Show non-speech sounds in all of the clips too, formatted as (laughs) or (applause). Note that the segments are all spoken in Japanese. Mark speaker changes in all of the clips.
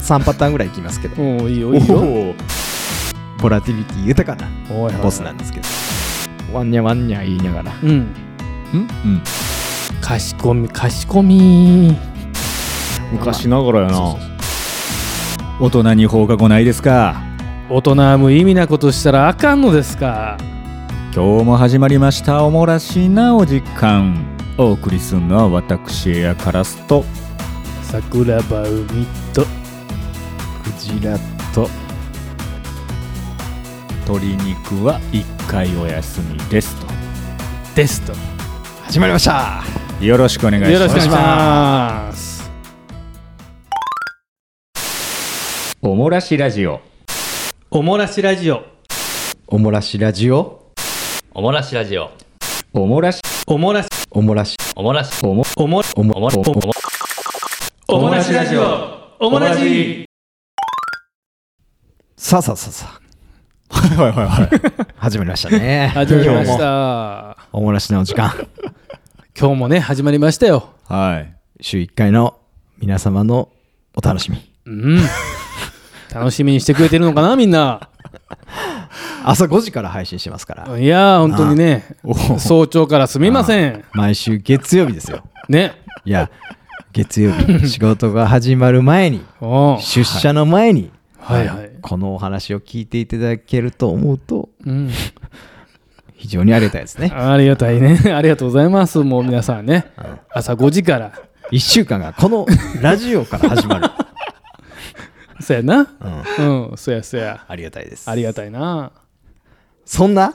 Speaker 1: 3パターンぐらいいきますけど
Speaker 2: おおいいよいいよ
Speaker 1: おーボラティリティ豊かな
Speaker 2: おい
Speaker 1: ボスなんですけど、ワンニャワンニャ言いながら
Speaker 2: うん
Speaker 1: うん、うん、
Speaker 2: かしこみかしこみ
Speaker 3: 昔ながらや
Speaker 2: そう
Speaker 3: な
Speaker 2: そうそう
Speaker 3: 大人に放課後ないですか
Speaker 2: 大人は無意味なことしたらあかんのですか
Speaker 3: 今日も始まりましたおもらしなお時間お送りするのは私エアカラスと
Speaker 2: 桜庭海と
Speaker 1: クジラと
Speaker 3: 鶏肉は一回お休みです
Speaker 2: ですと
Speaker 1: 始まりました
Speaker 3: とよろしくお願いします
Speaker 2: よろしくお願い
Speaker 1: す
Speaker 2: します
Speaker 3: おもらしラジオ
Speaker 2: おもらしラジオ
Speaker 1: おもらしラジオ
Speaker 4: おもらしラジオ。
Speaker 3: おもらし
Speaker 2: おもらし
Speaker 1: おもらし
Speaker 4: おもらし、
Speaker 3: おも
Speaker 2: おも
Speaker 1: お
Speaker 4: おも
Speaker 1: も
Speaker 4: らし、おも
Speaker 2: おもらしラジオおもらし
Speaker 1: さあさあさあさ
Speaker 3: はいはいはいはい
Speaker 1: あ始まりましたね
Speaker 2: 始まりまし
Speaker 1: 今日も
Speaker 2: た
Speaker 1: おもらしのお時間
Speaker 2: 今日もね始まりましたよ
Speaker 3: はい
Speaker 1: 週1回の皆様のお楽しみ
Speaker 2: うん楽しみにしてくれてるのかなみんな
Speaker 1: 朝5時から配信してますから
Speaker 2: いやー本当にね
Speaker 3: おー
Speaker 2: 早朝からすみません
Speaker 1: 毎週月曜日ですよ
Speaker 2: ね
Speaker 1: いや月曜日仕事が始まる前に
Speaker 2: おー
Speaker 1: 出社の前に
Speaker 2: はいはい
Speaker 1: このお話を聞いていただけると思うと
Speaker 2: うん
Speaker 1: 非常にありがたいですね
Speaker 2: ありがたいね。 (laughs) ありがとうございます。もう皆さんね。朝5時から。
Speaker 1: 1週間がこのラジオから始まる、
Speaker 2: そやな。
Speaker 1: うん、
Speaker 2: うん、そやそや。
Speaker 1: ありがたいです
Speaker 2: ありがたいな。
Speaker 1: そんな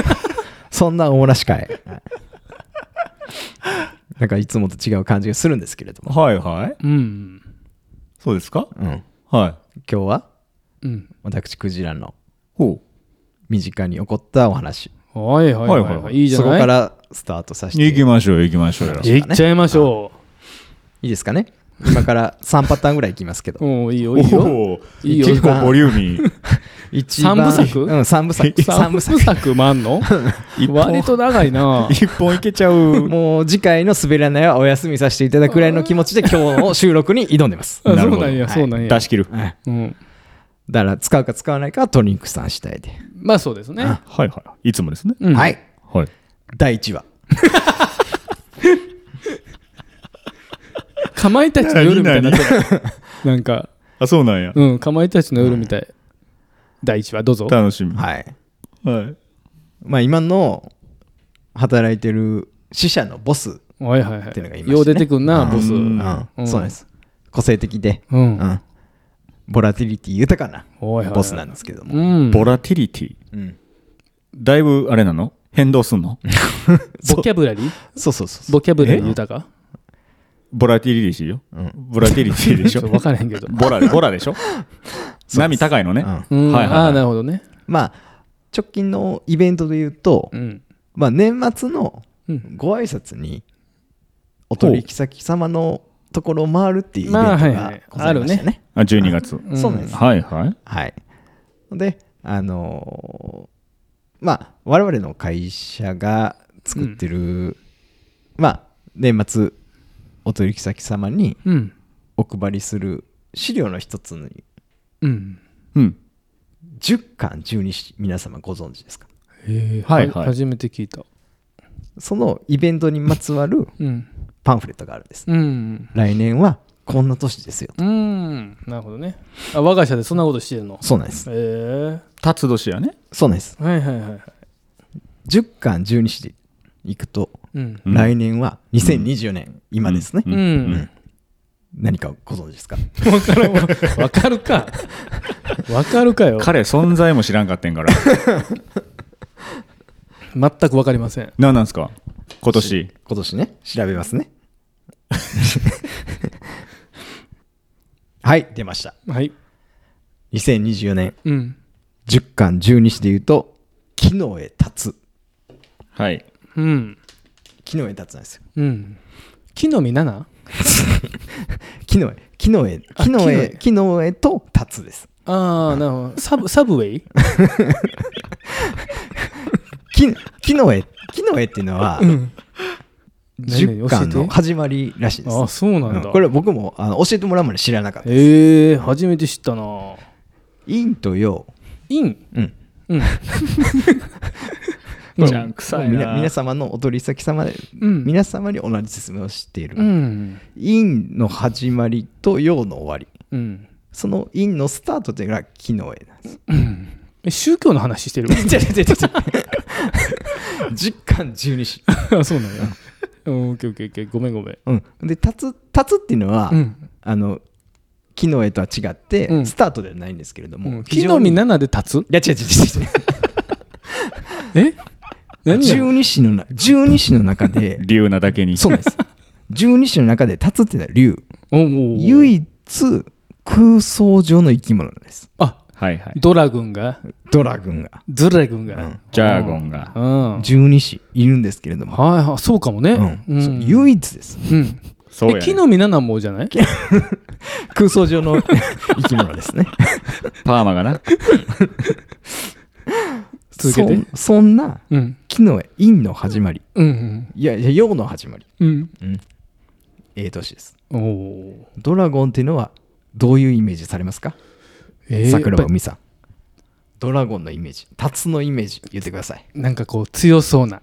Speaker 1: (laughs) そんなおもらし会なんかいつもと違う感じがするんですけれども、
Speaker 3: はいはい
Speaker 2: うん。
Speaker 3: そうですか
Speaker 1: うん、今
Speaker 3: はい
Speaker 1: 日は
Speaker 2: うん。
Speaker 1: 私クジラの
Speaker 3: ほ
Speaker 1: 身近に起こったお話
Speaker 2: はいはいはい、は
Speaker 3: はいい
Speaker 2: い。
Speaker 3: はい
Speaker 2: いじゃ
Speaker 1: そこ
Speaker 2: ない
Speaker 1: からスタートさせ
Speaker 3: う
Speaker 1: て
Speaker 3: 行きましょう行きましょうよ
Speaker 2: いっちゃいましょ
Speaker 1: いいですかね今から3パターンぐらいいきますけ
Speaker 2: う。 (laughs)
Speaker 1: ど。
Speaker 2: うん、いいよ、
Speaker 3: お
Speaker 2: いいよ。
Speaker 3: お
Speaker 2: いいよ
Speaker 3: 結構ボリューミー
Speaker 1: 一
Speaker 2: 三部作
Speaker 1: うん、三部作。三
Speaker 2: (laughs) 三
Speaker 1: 部
Speaker 2: 部
Speaker 1: 作。
Speaker 2: 作もあんの
Speaker 3: 一
Speaker 2: 割
Speaker 3: 本
Speaker 2: と長いな。
Speaker 3: 一本いけちゃ
Speaker 2: (laughs)
Speaker 3: う
Speaker 1: もう次回の滑らないはお休みさせていただくくらいの気持
Speaker 2: (laughs)
Speaker 1: ちで今日の収録に挑んでます。
Speaker 2: あ
Speaker 3: (laughs) な
Speaker 2: そ
Speaker 3: るほ
Speaker 2: う
Speaker 3: ど
Speaker 2: なんや、
Speaker 1: はい
Speaker 2: そうなんや
Speaker 3: 出。し切る
Speaker 1: はい
Speaker 2: うん、
Speaker 1: だから使うか使わないかはトリンクさん次第で。
Speaker 2: まあそうですね。
Speaker 3: はいはいいつもですね
Speaker 2: うん、。
Speaker 1: はいい。
Speaker 3: はい
Speaker 1: 第1話。
Speaker 2: かまいたちの夜みたいになってるなんか、
Speaker 3: あそうなんや
Speaker 2: うん、かまいたちの夜みたい。第一話、どうぞ。
Speaker 3: 楽しみは
Speaker 1: はい。
Speaker 3: い
Speaker 1: まあ今の働いてる死者のボス。
Speaker 2: はいはいは
Speaker 1: っていうのが
Speaker 2: い。
Speaker 1: いましたね
Speaker 2: よう出てくんな、
Speaker 1: うん
Speaker 2: ボス。
Speaker 3: うん
Speaker 1: うん。そうなんです。個性的で、
Speaker 2: う。
Speaker 1: うんん。ボラティリティ豊かな
Speaker 2: はいはい
Speaker 1: ボスなんですけども。
Speaker 2: うん。
Speaker 3: ボラティリティ
Speaker 1: うん。
Speaker 3: だいぶあれなの変動すんの
Speaker 2: ボキャブラリー
Speaker 1: そうそうそうそう。
Speaker 2: ボキャブラリー豊か
Speaker 3: ボラティリティよ、
Speaker 1: うん
Speaker 3: ボラティリティで
Speaker 2: (laughs)
Speaker 3: し
Speaker 2: ちょっ
Speaker 3: ょ
Speaker 2: と分からへんけど。
Speaker 3: ボラボラでしょ波高いのね、
Speaker 1: うん
Speaker 2: うん。
Speaker 3: はいはいは
Speaker 2: あ
Speaker 3: い
Speaker 2: あ、なるほどね。
Speaker 1: まあ直近のイベントで言うと、
Speaker 2: うん。
Speaker 1: まあ、年末の
Speaker 2: うん
Speaker 1: ご挨拶にお取引先様のところを回るっていうイベント
Speaker 2: まあはいは
Speaker 1: が
Speaker 2: い
Speaker 1: ございましたね。
Speaker 3: あ12月、
Speaker 2: ん
Speaker 1: そうなんです。
Speaker 3: はいはい
Speaker 1: はい、であのーまあ我々の会社が作ってる、まあ年末お取引先様に
Speaker 2: うん。
Speaker 1: お配りする資料の一つに
Speaker 2: うん。
Speaker 3: うん
Speaker 1: 10巻12紙皆様ご存知ですか
Speaker 2: へえ、
Speaker 3: はい
Speaker 2: は
Speaker 3: はい
Speaker 2: 初めて聞いた。
Speaker 1: そのイベントにまつわ
Speaker 2: (laughs)
Speaker 1: る
Speaker 2: うん。
Speaker 1: パンフレットがあるんです。
Speaker 2: うん。
Speaker 1: 来年はこんな年ですよ。
Speaker 2: うん。なるほどね。あ、我が社でそんなことしてるの。
Speaker 1: そうなんです。
Speaker 2: へえ。
Speaker 3: 辰年やね、
Speaker 1: そうなんです。
Speaker 2: はいはいはいはい。
Speaker 1: 10巻12市で行くと、
Speaker 2: うん。
Speaker 3: うん
Speaker 1: 来年は2020年、今ですね、
Speaker 3: うん
Speaker 2: うん。
Speaker 1: 何かご存知ですか
Speaker 2: わからんわ。わかるか。わかるかよ。
Speaker 3: 彼存在も知らんかってんから
Speaker 2: 全くわかりません。
Speaker 3: 何なんすか今年
Speaker 1: 今年ね、調べますね。はい、出ました。
Speaker 2: はい。
Speaker 1: 2024年、
Speaker 2: うん。
Speaker 1: 10巻12市で言うと、機能へ立つ。
Speaker 3: はい
Speaker 2: うん。
Speaker 1: 機能へ立つなんですよ。
Speaker 2: うん。木の実 7?
Speaker 1: 機能へ、機能へ、
Speaker 2: あ
Speaker 1: 機能
Speaker 2: 機能
Speaker 1: へ
Speaker 2: へ、
Speaker 1: 機能へと立つです。
Speaker 2: ああ、なるほど。サブ、サブウェイ
Speaker 1: 機機能へ、機能へっていうのは、
Speaker 2: 何
Speaker 1: 10
Speaker 2: 々教えて
Speaker 1: 巻の始まりらしいです。
Speaker 2: あそうなんだ、
Speaker 1: うんこれ僕もあの教えてもらうまで知らなかった。
Speaker 2: ええ初めて知ったな
Speaker 1: 陰と陽。
Speaker 2: イン
Speaker 1: うん。
Speaker 2: うん
Speaker 3: これ臭い
Speaker 1: みな
Speaker 3: な
Speaker 1: 皆様のお取り先様で、
Speaker 2: うん
Speaker 1: 皆様に同じ説明をしている。
Speaker 2: うん
Speaker 1: 陰の始まりと陽の終わり。
Speaker 2: うん
Speaker 1: その陰のスタートというのが木の絵
Speaker 2: (laughs)
Speaker 1: なんです。
Speaker 2: え宗教の話してる
Speaker 1: 違う違う違う違う (laughs) 10巻12詩。
Speaker 2: あそうなんやうんオッケーオッケーオッケーごめんごめん
Speaker 1: うん、で立つ立つっていうのは、
Speaker 2: うん
Speaker 1: あの木の絵とは違って、
Speaker 2: うん
Speaker 1: スタートではないんですけれども、
Speaker 2: うん
Speaker 1: 非
Speaker 2: 木
Speaker 1: 常
Speaker 2: の実7で立つ
Speaker 1: いや違う違う違う違う
Speaker 2: え何や
Speaker 1: 十二支のな十二支の中で
Speaker 3: 竜なだけに
Speaker 1: そうなん
Speaker 2: (laughs)
Speaker 1: です十二支の中で立つってのは竜
Speaker 2: おうおう
Speaker 1: 唯一空想上の生き物なんです
Speaker 2: あ
Speaker 3: はいはい
Speaker 2: ドラグンが
Speaker 1: ドラグンが
Speaker 2: ズラグンが、
Speaker 1: うん
Speaker 3: ジャーゴンが
Speaker 2: うん
Speaker 1: 十二支いるんですけれども、
Speaker 2: はいはいそうかもね、
Speaker 1: うんそう
Speaker 2: い
Speaker 1: 唯一です
Speaker 2: うん
Speaker 3: そうや、
Speaker 2: え
Speaker 3: ね、
Speaker 2: 木の実7もじゃない
Speaker 1: 空想上の (laughs) 生き物ですね
Speaker 3: パーマがな
Speaker 2: 続けて
Speaker 1: そそんな
Speaker 2: うん
Speaker 1: 木の絵陰の始まり
Speaker 2: うん
Speaker 1: いやいや陽の始まり
Speaker 2: うん
Speaker 1: ええ年です
Speaker 2: うんおー
Speaker 1: ドラゴンっていうのはどういうイメージされますか、
Speaker 2: えー
Speaker 1: 桜
Speaker 2: やっ
Speaker 1: 庭
Speaker 2: ぱ
Speaker 1: 美さんドラゴンのイメージタツのイメージ言ってください
Speaker 2: りなんかこう強そうな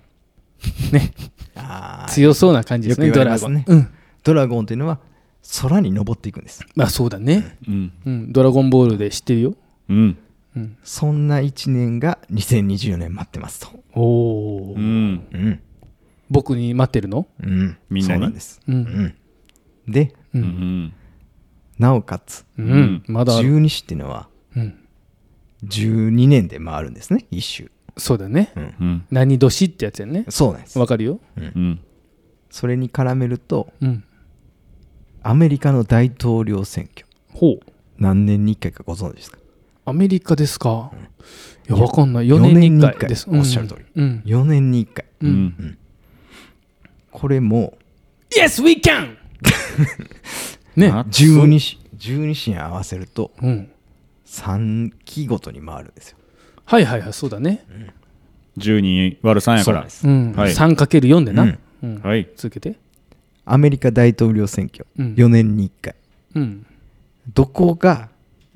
Speaker 2: ね
Speaker 1: あー
Speaker 2: 強そうな感じですね
Speaker 1: よく
Speaker 2: ド
Speaker 1: 言われ
Speaker 2: ラ
Speaker 1: ます
Speaker 2: ゴ
Speaker 1: ね
Speaker 2: ンうん
Speaker 1: ドラゴンっていうのは空に登っていくんです
Speaker 2: まあそうだね
Speaker 3: うん
Speaker 2: うんドラゴンボールで知ってるよ
Speaker 3: うん
Speaker 2: うん
Speaker 1: そんな1年が2024年待ってますと
Speaker 2: おおー
Speaker 3: うん
Speaker 1: うん
Speaker 2: 僕に待ってるの
Speaker 1: うん
Speaker 3: みんなに
Speaker 1: そうなんです、
Speaker 2: う
Speaker 1: うんん、で
Speaker 2: う
Speaker 3: うんん
Speaker 1: なおかつ
Speaker 2: うんまだある
Speaker 1: 十二支っていうのは
Speaker 2: うん
Speaker 1: 12年で回るんですね一周
Speaker 2: そうだね
Speaker 3: うん
Speaker 2: 何年ってやつやね
Speaker 1: そうなんです
Speaker 2: わかるよ
Speaker 3: うん
Speaker 1: それに絡めると
Speaker 2: うん
Speaker 1: アメリカの大統領選挙
Speaker 2: ほう
Speaker 1: 何年に1回かご存知ですか
Speaker 2: アメリカですかいや
Speaker 1: いや
Speaker 2: わかんない
Speaker 1: 四
Speaker 2: 4
Speaker 1: 年
Speaker 2: 年
Speaker 1: に
Speaker 2: に
Speaker 1: 一
Speaker 2: 1
Speaker 1: 回
Speaker 2: 回です
Speaker 1: おっしゃる通り
Speaker 2: うん
Speaker 1: 4年に1回
Speaker 3: う
Speaker 2: うん
Speaker 3: ん
Speaker 1: これも
Speaker 2: Yes we can (laughs) ね
Speaker 3: あ
Speaker 1: 12支12支に合わせると
Speaker 2: うん
Speaker 1: 3期ごとに回るんですよ
Speaker 2: はいはいはいそうだね
Speaker 3: 12割る3や
Speaker 1: そ
Speaker 3: か
Speaker 1: うなん
Speaker 3: ら
Speaker 1: です
Speaker 2: うん
Speaker 3: はい
Speaker 2: 3×4 で
Speaker 1: う
Speaker 2: なんうん
Speaker 3: はい
Speaker 2: 続けて
Speaker 1: アメリカ大統領選挙
Speaker 2: うん
Speaker 1: 4年に1回
Speaker 2: うん
Speaker 1: どこが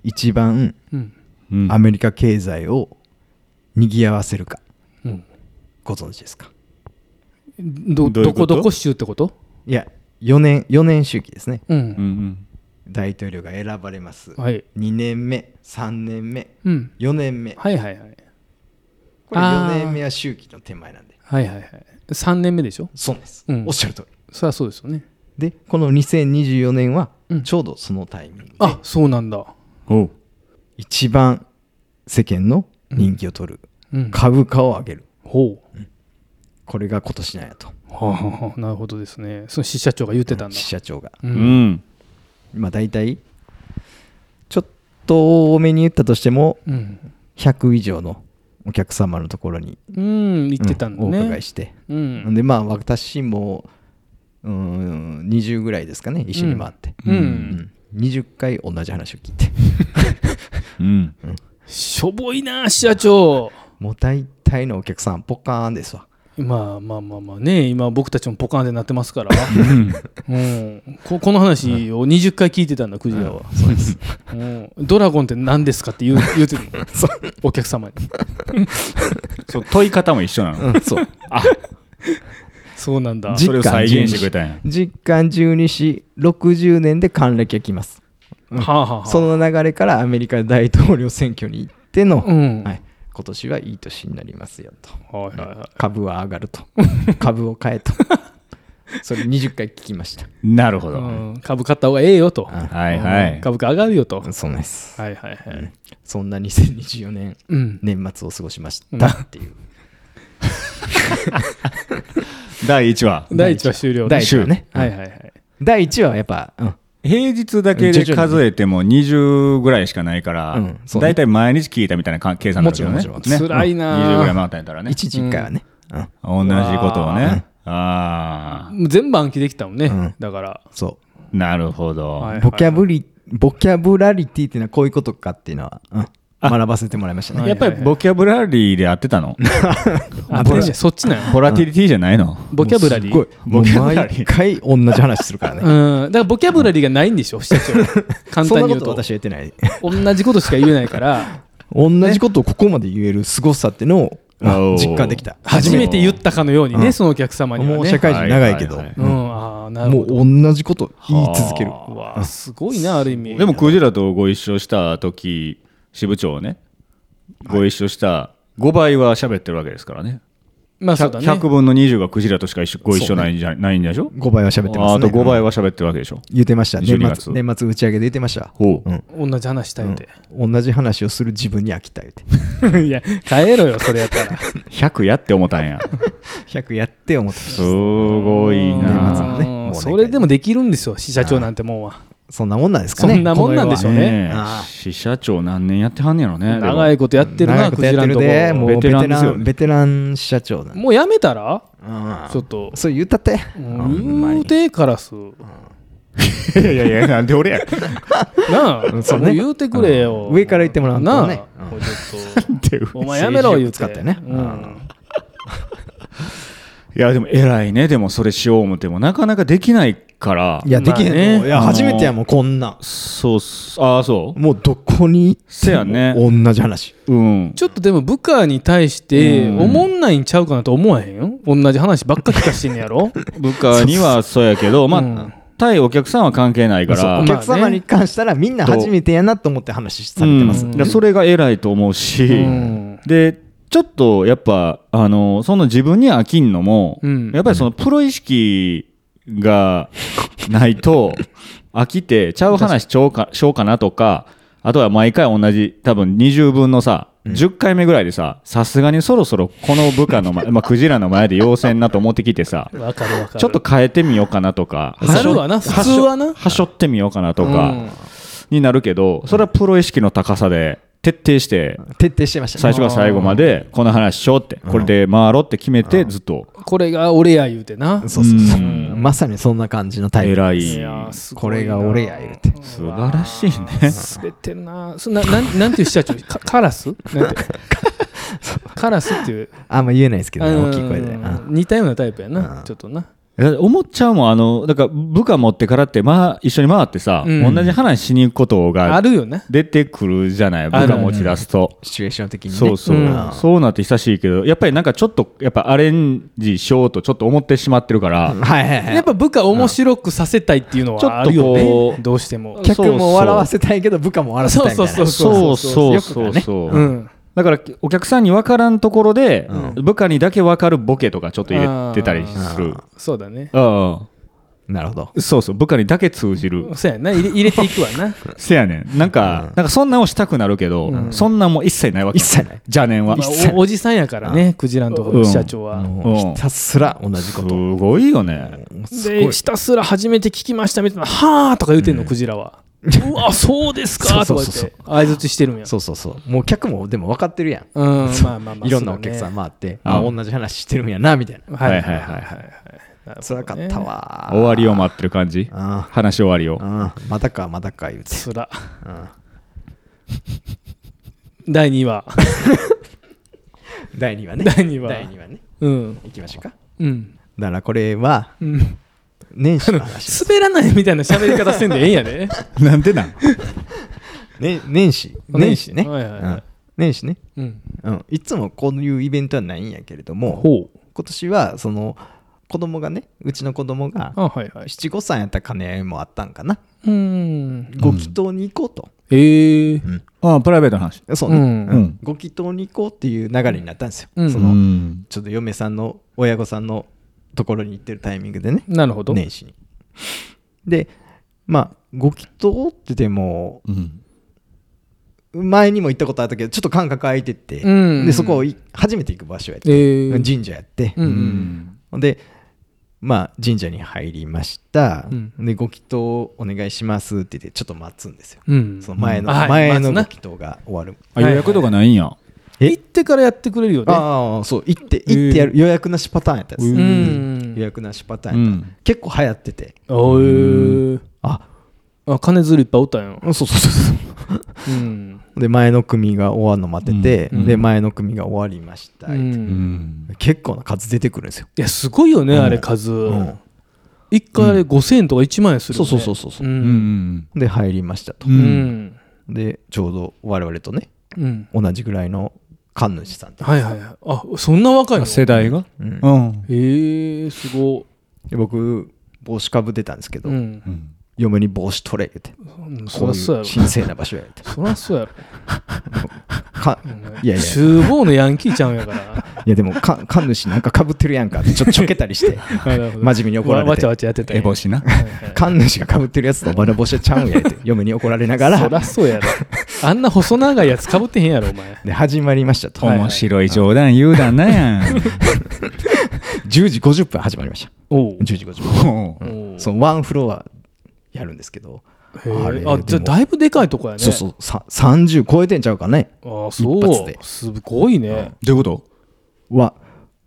Speaker 1: 一番
Speaker 2: うん
Speaker 3: うん
Speaker 1: アメリカ経済を賑わせるか
Speaker 2: うん
Speaker 1: ご存知ですか
Speaker 2: ど
Speaker 3: どういう
Speaker 2: ど
Speaker 3: こ
Speaker 2: ことどこ州ってこと
Speaker 1: いや4年4年周期ですね
Speaker 2: う
Speaker 3: うんん
Speaker 1: 大統領が選ばれます
Speaker 2: はい
Speaker 1: 2年目3年目
Speaker 2: うん
Speaker 1: 4年目こ
Speaker 2: はいはいはい
Speaker 1: れ
Speaker 2: あ
Speaker 1: 4
Speaker 2: ー
Speaker 1: 年目は周期の手前なんで
Speaker 2: はいはいはい3年目でしょ
Speaker 1: そうです
Speaker 2: うん
Speaker 1: おっしゃる通り
Speaker 2: そりゃそうですよね
Speaker 1: でこの2024年は
Speaker 2: うん
Speaker 1: ちょうどそのタイミングで
Speaker 2: あそうなんだ
Speaker 3: うんおう
Speaker 1: 一番世間の人気を取る
Speaker 2: うん
Speaker 1: 株価を上げる
Speaker 2: ほう
Speaker 1: これが今年なんやと
Speaker 2: はあはあなるほどですねその支社長が言ってたんだ
Speaker 1: 支社長が
Speaker 2: う
Speaker 3: うんん
Speaker 1: まあ大体ちょっと多めに言ったとしても
Speaker 2: うん
Speaker 1: 100以上のお客様のところに
Speaker 2: うん言ってたんだ
Speaker 1: うんお伺
Speaker 2: ね
Speaker 1: いして、
Speaker 2: うん
Speaker 1: でまあ私もうーん20ぐらいですかね一緒に回って、
Speaker 2: う
Speaker 1: うんん20回同じ話を聞いて (laughs)
Speaker 3: うん
Speaker 2: しょぼいな支社長
Speaker 1: もう大体のお客さんポカーンですわ
Speaker 2: まあまあまあまあね今僕たちもポカーンでなってますから、うん、ここの話を20回聞いてたんだクジラは、そうです、ん、ドラゴンって何ですかって言う言うてるのお客様に
Speaker 3: そう問い方も一緒な
Speaker 1: う
Speaker 3: の
Speaker 1: んそう
Speaker 2: そうなんだ
Speaker 1: じ
Speaker 3: それを再現してくれたんや
Speaker 1: 実感十二支60年で還暦が来ます
Speaker 2: はあはあはあ
Speaker 1: その流れからアメリカ大統領選挙に行っての、
Speaker 2: うん
Speaker 1: はい、今年はいい年になりますよと
Speaker 2: はいはいはい
Speaker 1: 株は上が
Speaker 2: (laughs)
Speaker 1: ると株を買えとそれ20回聞きま
Speaker 2: (laughs)
Speaker 1: した
Speaker 3: なるほ
Speaker 2: う
Speaker 3: どは
Speaker 2: ん、株買った方がええよと、
Speaker 3: いはい
Speaker 2: 株価上がるよと、
Speaker 1: そうなんです、
Speaker 2: はいはいはい、
Speaker 1: そんな2024年
Speaker 2: うん、
Speaker 1: 年末を過ごしましたっていう、
Speaker 3: 第1話
Speaker 2: 第一話終了
Speaker 1: 第1話ね、
Speaker 2: はい
Speaker 1: うん
Speaker 2: はいはい
Speaker 1: 第1話はやっぱ、うん、
Speaker 3: 平日だけで数えても20ぐらいしかないから
Speaker 1: うんそうね
Speaker 3: 大体毎日聞いたみたいなか計算になるけどね
Speaker 1: もちろんもち
Speaker 2: ろん
Speaker 3: ね
Speaker 2: 辛いな
Speaker 3: 20ぐらい回ったんやったらね
Speaker 1: 1時1回はね、うん
Speaker 3: 同じことをねあ
Speaker 2: もう全部暗記できたもんね、
Speaker 1: うん
Speaker 2: だから
Speaker 1: そ
Speaker 3: あなるほど
Speaker 2: はい
Speaker 1: ボキャブリボキャブラリティっていうのはこういうことかっていうのは、うん、学ばせてもらいました
Speaker 2: はい
Speaker 1: ね。
Speaker 2: やっぱり
Speaker 3: ボキャブラリーで合ってたの
Speaker 2: あでもねそっちなんや
Speaker 3: ボラティリティじゃないの
Speaker 2: ボキャブラリ
Speaker 1: すごい
Speaker 2: ー。
Speaker 1: も
Speaker 3: ボ
Speaker 1: う
Speaker 3: キャブラリー
Speaker 1: 毎回同じ話するからね。
Speaker 2: うん、だからボキャブラリーがないんで
Speaker 1: (laughs)
Speaker 2: しょ、社長。簡
Speaker 1: そんな
Speaker 2: 単に
Speaker 1: こ
Speaker 2: 言う
Speaker 1: と
Speaker 2: と。
Speaker 1: 私は言って
Speaker 2: (laughs)
Speaker 1: ない。
Speaker 2: 同じことしか言えないから、
Speaker 1: (laughs) 同じことをここまで言える凄さってのをあ
Speaker 3: おー
Speaker 1: 実感できた。
Speaker 2: 初めて言ったかのように
Speaker 1: う
Speaker 2: ね、
Speaker 1: ん
Speaker 2: そのお客様には
Speaker 1: もう
Speaker 2: ね。
Speaker 1: 社会人長いけど、
Speaker 3: はいはい
Speaker 2: うん、ああ、なる
Speaker 1: も
Speaker 2: ほど。
Speaker 1: う同じこと言い続ける。
Speaker 2: うわあすごいな、ある意味。
Speaker 3: でもクジラとご一緒した時支部長ねご一緒した5倍は喋ってるわけですからね
Speaker 2: まあそうだね。
Speaker 3: 100分の20がクジラとしか一緒ご一緒ないんじゃないんでしょ
Speaker 1: 5倍は喋ってま
Speaker 3: あ
Speaker 1: す
Speaker 3: あ
Speaker 1: ね。
Speaker 3: と5倍
Speaker 1: うん
Speaker 3: は喋ってるわけでしょ
Speaker 1: 言ってました。年末
Speaker 3: 12月
Speaker 1: 年末打ち上げで言ってました。
Speaker 3: ほう
Speaker 2: 同じ話したいって。
Speaker 1: 同じ話をする自分に飽きた言って。 (laughs)
Speaker 2: (laughs) いや、帰ろよ、それやったら。
Speaker 3: 100やって思ったんや
Speaker 1: 100やって思ってまし
Speaker 3: すごい
Speaker 1: 年末
Speaker 3: な
Speaker 1: もね
Speaker 2: うん
Speaker 1: もうね
Speaker 2: それでもできるんですよ、支社長なんてもんは。
Speaker 1: たそんなもんなんですかね。
Speaker 2: そんなもんなんでしょうね
Speaker 3: え
Speaker 1: ああ
Speaker 3: 支社長何年やってはんねやろねでも
Speaker 2: 長いことやってる
Speaker 1: 長
Speaker 2: な、
Speaker 1: いこ
Speaker 2: ク
Speaker 1: と
Speaker 2: ジ
Speaker 1: やって
Speaker 2: ラの
Speaker 1: る
Speaker 2: とこ
Speaker 1: で、もうベテラン
Speaker 3: ベテランですよね
Speaker 1: ベテラン社長なんで
Speaker 2: もうやめたら
Speaker 1: うん
Speaker 2: ちょっと、
Speaker 1: それ言ったって。
Speaker 2: もう言うてからす。
Speaker 3: いやいやいやなんで俺や
Speaker 2: なあ、
Speaker 1: うん
Speaker 2: そ
Speaker 1: そううね
Speaker 2: 言うてくれよ。
Speaker 1: うん上から言ってもらわん
Speaker 2: な
Speaker 1: と
Speaker 2: あ、
Speaker 1: ねうん
Speaker 2: もうちょっ
Speaker 3: って
Speaker 2: と。お前やめろ言うて。
Speaker 1: 政治力使ってね
Speaker 2: うん
Speaker 3: いやでも偉いねでもそれしよう思ってもなかなかできないから
Speaker 1: いや、できへんの、
Speaker 2: まあね
Speaker 1: いや、初めてやもん、こんなん。
Speaker 3: そうっすああそう
Speaker 1: もうどこに行っても
Speaker 3: せやね
Speaker 1: 同じ話。
Speaker 3: うん
Speaker 2: ちょっとでも部下に対して
Speaker 3: うん
Speaker 2: 思んないんちゃうかなと思わへんよ同じ話ばっか聞かしてんね
Speaker 1: (laughs)
Speaker 2: やろ
Speaker 3: 部下にはそうやけどまあ、
Speaker 2: うん
Speaker 3: 対お客さんは関係ないか
Speaker 1: そう
Speaker 3: ら、
Speaker 1: お
Speaker 2: まあ
Speaker 1: 客様に関したらみんな初めてやなと思って話しさ
Speaker 3: う
Speaker 1: れて
Speaker 3: ん
Speaker 1: ます。
Speaker 2: ね
Speaker 3: いやそれが偉いと思うし、
Speaker 2: うん
Speaker 3: でちょっとやっぱあのその自分に飽きんのも、
Speaker 2: うん
Speaker 3: やっぱりそのプロ意識がな
Speaker 2: (laughs)
Speaker 3: いと飽きてちゃう話しようかしようかなとかあとは毎回同じ多分20分のさ10回目ぐらいでささすがにそろそろこの部下
Speaker 2: (laughs)
Speaker 3: の前、まあ、クジラの前で要せんなと思ってきてさ
Speaker 2: わかるわかる
Speaker 3: ちょっと変えてみようかなとか
Speaker 2: なるわな普通はな
Speaker 3: はしょってみようかなと
Speaker 2: うん
Speaker 3: かになるけど、それはプロ意識の高さで徹底して
Speaker 1: 徹底してました
Speaker 3: 最初から最後までこの話しようってこれで回ろうって決めてずっと
Speaker 2: これが俺や言うてな
Speaker 1: そうそうそうう。
Speaker 3: ん
Speaker 1: まさにそんな感じのタイプ。
Speaker 3: 偉
Speaker 2: い
Speaker 3: い
Speaker 2: やすご
Speaker 1: こ
Speaker 2: いな
Speaker 1: れが俺や言うて。
Speaker 3: 素晴らしいね
Speaker 2: 滑ってんなそんななんなんていう支社長かカラス
Speaker 1: (laughs)
Speaker 2: なんてカラスっていう
Speaker 1: あんま言えないですけどね、大きい声で。う
Speaker 2: う
Speaker 1: ん
Speaker 2: ん似たようなタイプやな
Speaker 1: うん
Speaker 2: ちょっとな
Speaker 3: だって思っちゃうもんあのだから部下持ってからって、まあ、一緒に回ってさ、
Speaker 2: うん
Speaker 3: 同じ話しに行くこと
Speaker 2: あ
Speaker 3: が
Speaker 2: るよね
Speaker 3: 出てくるじゃない部
Speaker 2: ある
Speaker 3: 下持ち出すと。
Speaker 1: シチュエーション的にね。
Speaker 3: そうそう、
Speaker 2: うん
Speaker 3: そうなって久しいけどやっぱりなんかちょっとやっぱアレンジしようとちょっと思ってしまってるか
Speaker 1: は
Speaker 3: ら、
Speaker 1: いはいはい。
Speaker 2: やっぱ部下面白くさせたいっていうのはあるよ
Speaker 3: ちょっと
Speaker 2: ね
Speaker 3: こう
Speaker 2: どうしても
Speaker 1: 客も笑わせたいけど、部下も笑わせたいみたいな。
Speaker 2: そう
Speaker 3: そうそうそう
Speaker 1: よ
Speaker 3: そう、
Speaker 2: うん
Speaker 3: だからお客さんに分からんところで、
Speaker 1: う
Speaker 3: 部下にだけ分かるボケとかちょっと入れてたりする
Speaker 2: そうだね
Speaker 3: あ
Speaker 1: なるほど。
Speaker 3: あそうそう部下にだけ通じる
Speaker 2: そうやな入れ入れていくわ
Speaker 1: (laughs)
Speaker 2: な
Speaker 3: せやねんなんか、なんかそんなんをしたくなるけど、そんなんも一切ないわけ
Speaker 1: 一切ない
Speaker 3: 邪念は
Speaker 2: まあおおじさんやからねクジラのところの支社長は
Speaker 1: も
Speaker 3: うん
Speaker 1: うひたすら同じ
Speaker 3: す
Speaker 1: こと。
Speaker 3: ごいよね
Speaker 1: すご
Speaker 2: で
Speaker 1: い。
Speaker 2: ひたすら初めて聞きましたみたいな「はあ」とか言うてんのクジ
Speaker 1: (laughs)
Speaker 2: ラは「うわそうですか」と
Speaker 1: そう
Speaker 2: か
Speaker 1: そう
Speaker 2: 言っ
Speaker 1: そう
Speaker 2: て相づちしてるんや
Speaker 1: そうそうそう。もう客もでも分かってるやん。
Speaker 2: うんまあまあまあ
Speaker 1: (laughs) いろんなお客さん
Speaker 2: も
Speaker 1: 回って、あ、
Speaker 3: う
Speaker 1: 同じ話してるんやな、みたいな。
Speaker 2: はいはい
Speaker 3: は
Speaker 2: はいい
Speaker 3: はいは
Speaker 2: はいいはい
Speaker 1: 辛かったわ。
Speaker 3: 終わりを待ってる感じ
Speaker 1: あ
Speaker 3: 話終わりを
Speaker 1: ああまたか、またか、言うて。
Speaker 2: つら
Speaker 1: うん
Speaker 2: 第2話
Speaker 1: 第2話ね。
Speaker 2: 第2話
Speaker 1: 第二話ね。
Speaker 2: うん
Speaker 1: いきましょうか。
Speaker 2: うん
Speaker 1: だからこれは、
Speaker 2: うん
Speaker 1: 年始の話。
Speaker 2: 滑らないみたいな喋り方せんでええんやで
Speaker 3: なんでなん
Speaker 1: ね、年始。年
Speaker 2: 年
Speaker 1: 始
Speaker 2: 始
Speaker 1: ね。
Speaker 2: はいはいはい
Speaker 1: うん年始ね。
Speaker 2: うん
Speaker 1: うん。いつもこういうイベントはないんやけれども、
Speaker 2: ほう
Speaker 1: 今年は、その、子供がね、うちの子供が、
Speaker 2: あはいはい
Speaker 1: 七五三やった兼ね合いもあったんかな。
Speaker 2: うん
Speaker 1: ご祈祷に行こうと。
Speaker 2: ええ
Speaker 3: ああプライベートの話
Speaker 1: そうね、
Speaker 2: うん
Speaker 3: うん
Speaker 1: ご祈祷に行こうっていう流れになったんですよ。
Speaker 2: うん
Speaker 1: そうの
Speaker 3: ん
Speaker 1: ちょっと嫁さんの親御さんのところに行ってるタイミングでね
Speaker 2: なるほど
Speaker 1: 年始に。でまあご祈祷ってでも
Speaker 3: うん
Speaker 1: 前にも行ったことあったけどちょっと感覚空いてて、
Speaker 2: うん
Speaker 1: でそこをい初めて行く場所やって、
Speaker 2: ええ
Speaker 1: 神社やって、
Speaker 2: うん
Speaker 1: でまあ神社に入りました、
Speaker 2: うん
Speaker 1: でご祈祷お願いしますって言ってちょっと待つんですよ。
Speaker 2: うん
Speaker 1: その前の、
Speaker 2: うんはい
Speaker 1: 前
Speaker 2: 待
Speaker 1: のご
Speaker 2: つな
Speaker 1: 祈祷が終わる。
Speaker 3: あ予約とかないんや
Speaker 1: え
Speaker 2: 行ってからやってくれるよね
Speaker 1: ああそう行って行ってやる、予約なしパターンやったんです、
Speaker 2: う
Speaker 1: 予
Speaker 2: ん
Speaker 1: 約なしパタ
Speaker 3: う
Speaker 1: ーンやった、
Speaker 3: ん
Speaker 1: 結構流行ってて
Speaker 2: おー
Speaker 1: あ
Speaker 2: あ金づるいっぱいおったんや
Speaker 1: そうそうそうそ
Speaker 2: うん
Speaker 1: うで前の組が終わるの待ってて、
Speaker 3: うん
Speaker 1: で前の組が終わりました、
Speaker 2: う
Speaker 3: うんん
Speaker 1: 結構な数出てくるんですよ、
Speaker 2: いやすごいよね
Speaker 1: うん
Speaker 2: あれ数
Speaker 1: うん
Speaker 2: 一回あれ5000円とか1万円する
Speaker 1: そ
Speaker 2: よ
Speaker 1: う
Speaker 2: ね
Speaker 1: そうそうそう
Speaker 2: う
Speaker 1: うん
Speaker 3: ん
Speaker 1: で入りましたと、
Speaker 2: う
Speaker 3: うん
Speaker 2: ん
Speaker 1: でちょうど我々とね
Speaker 2: うん
Speaker 1: 同じぐらいの神主さんと、
Speaker 2: はいはいはいあそんな若いの
Speaker 3: 世代が
Speaker 1: うん
Speaker 3: うん
Speaker 2: へえすご
Speaker 1: で僕帽子かぶってたんですけど、
Speaker 2: いうん
Speaker 3: うん
Speaker 1: 嫁に帽子取れ言って
Speaker 2: うんそ
Speaker 1: こ
Speaker 2: ら
Speaker 1: うい
Speaker 2: そうや
Speaker 1: う
Speaker 2: ろ
Speaker 1: 神聖な場所や
Speaker 2: (laughs)
Speaker 1: って
Speaker 2: そらそうやろ
Speaker 1: かいやいや
Speaker 2: 厨房のヤンキーちゃうんやから
Speaker 1: いやでもか神主なんかかぶってるやんかってちょちょけたりして (laughs)
Speaker 2: (laughs)
Speaker 1: 真面目に怒られて
Speaker 2: わわちゃわちゃやってたん
Speaker 3: エ
Speaker 2: や
Speaker 3: ボシな
Speaker 2: はいはい
Speaker 1: 神主がかぶってるやつとお前の帽子はちゃうんやって嫁に怒られなが
Speaker 2: そ
Speaker 1: ら
Speaker 2: らそうやろあんな細長いやつかぶってへんやろお前
Speaker 1: で始まりましたと、
Speaker 2: はい
Speaker 3: 面白い冗談言うだなやん
Speaker 1: 10時50分始まりました
Speaker 2: おう
Speaker 1: 10時50分
Speaker 3: おう
Speaker 2: おう
Speaker 1: そのワンフロアやるんですけど
Speaker 2: へえ
Speaker 1: あれ
Speaker 2: あじゃ
Speaker 1: で
Speaker 2: あ
Speaker 1: も
Speaker 2: だいぶでかいとこやね
Speaker 1: そうそうさ30超えてんちゃうかね
Speaker 2: あ
Speaker 1: 一発
Speaker 2: そう
Speaker 1: です
Speaker 2: ごいね
Speaker 3: どういうこと
Speaker 1: は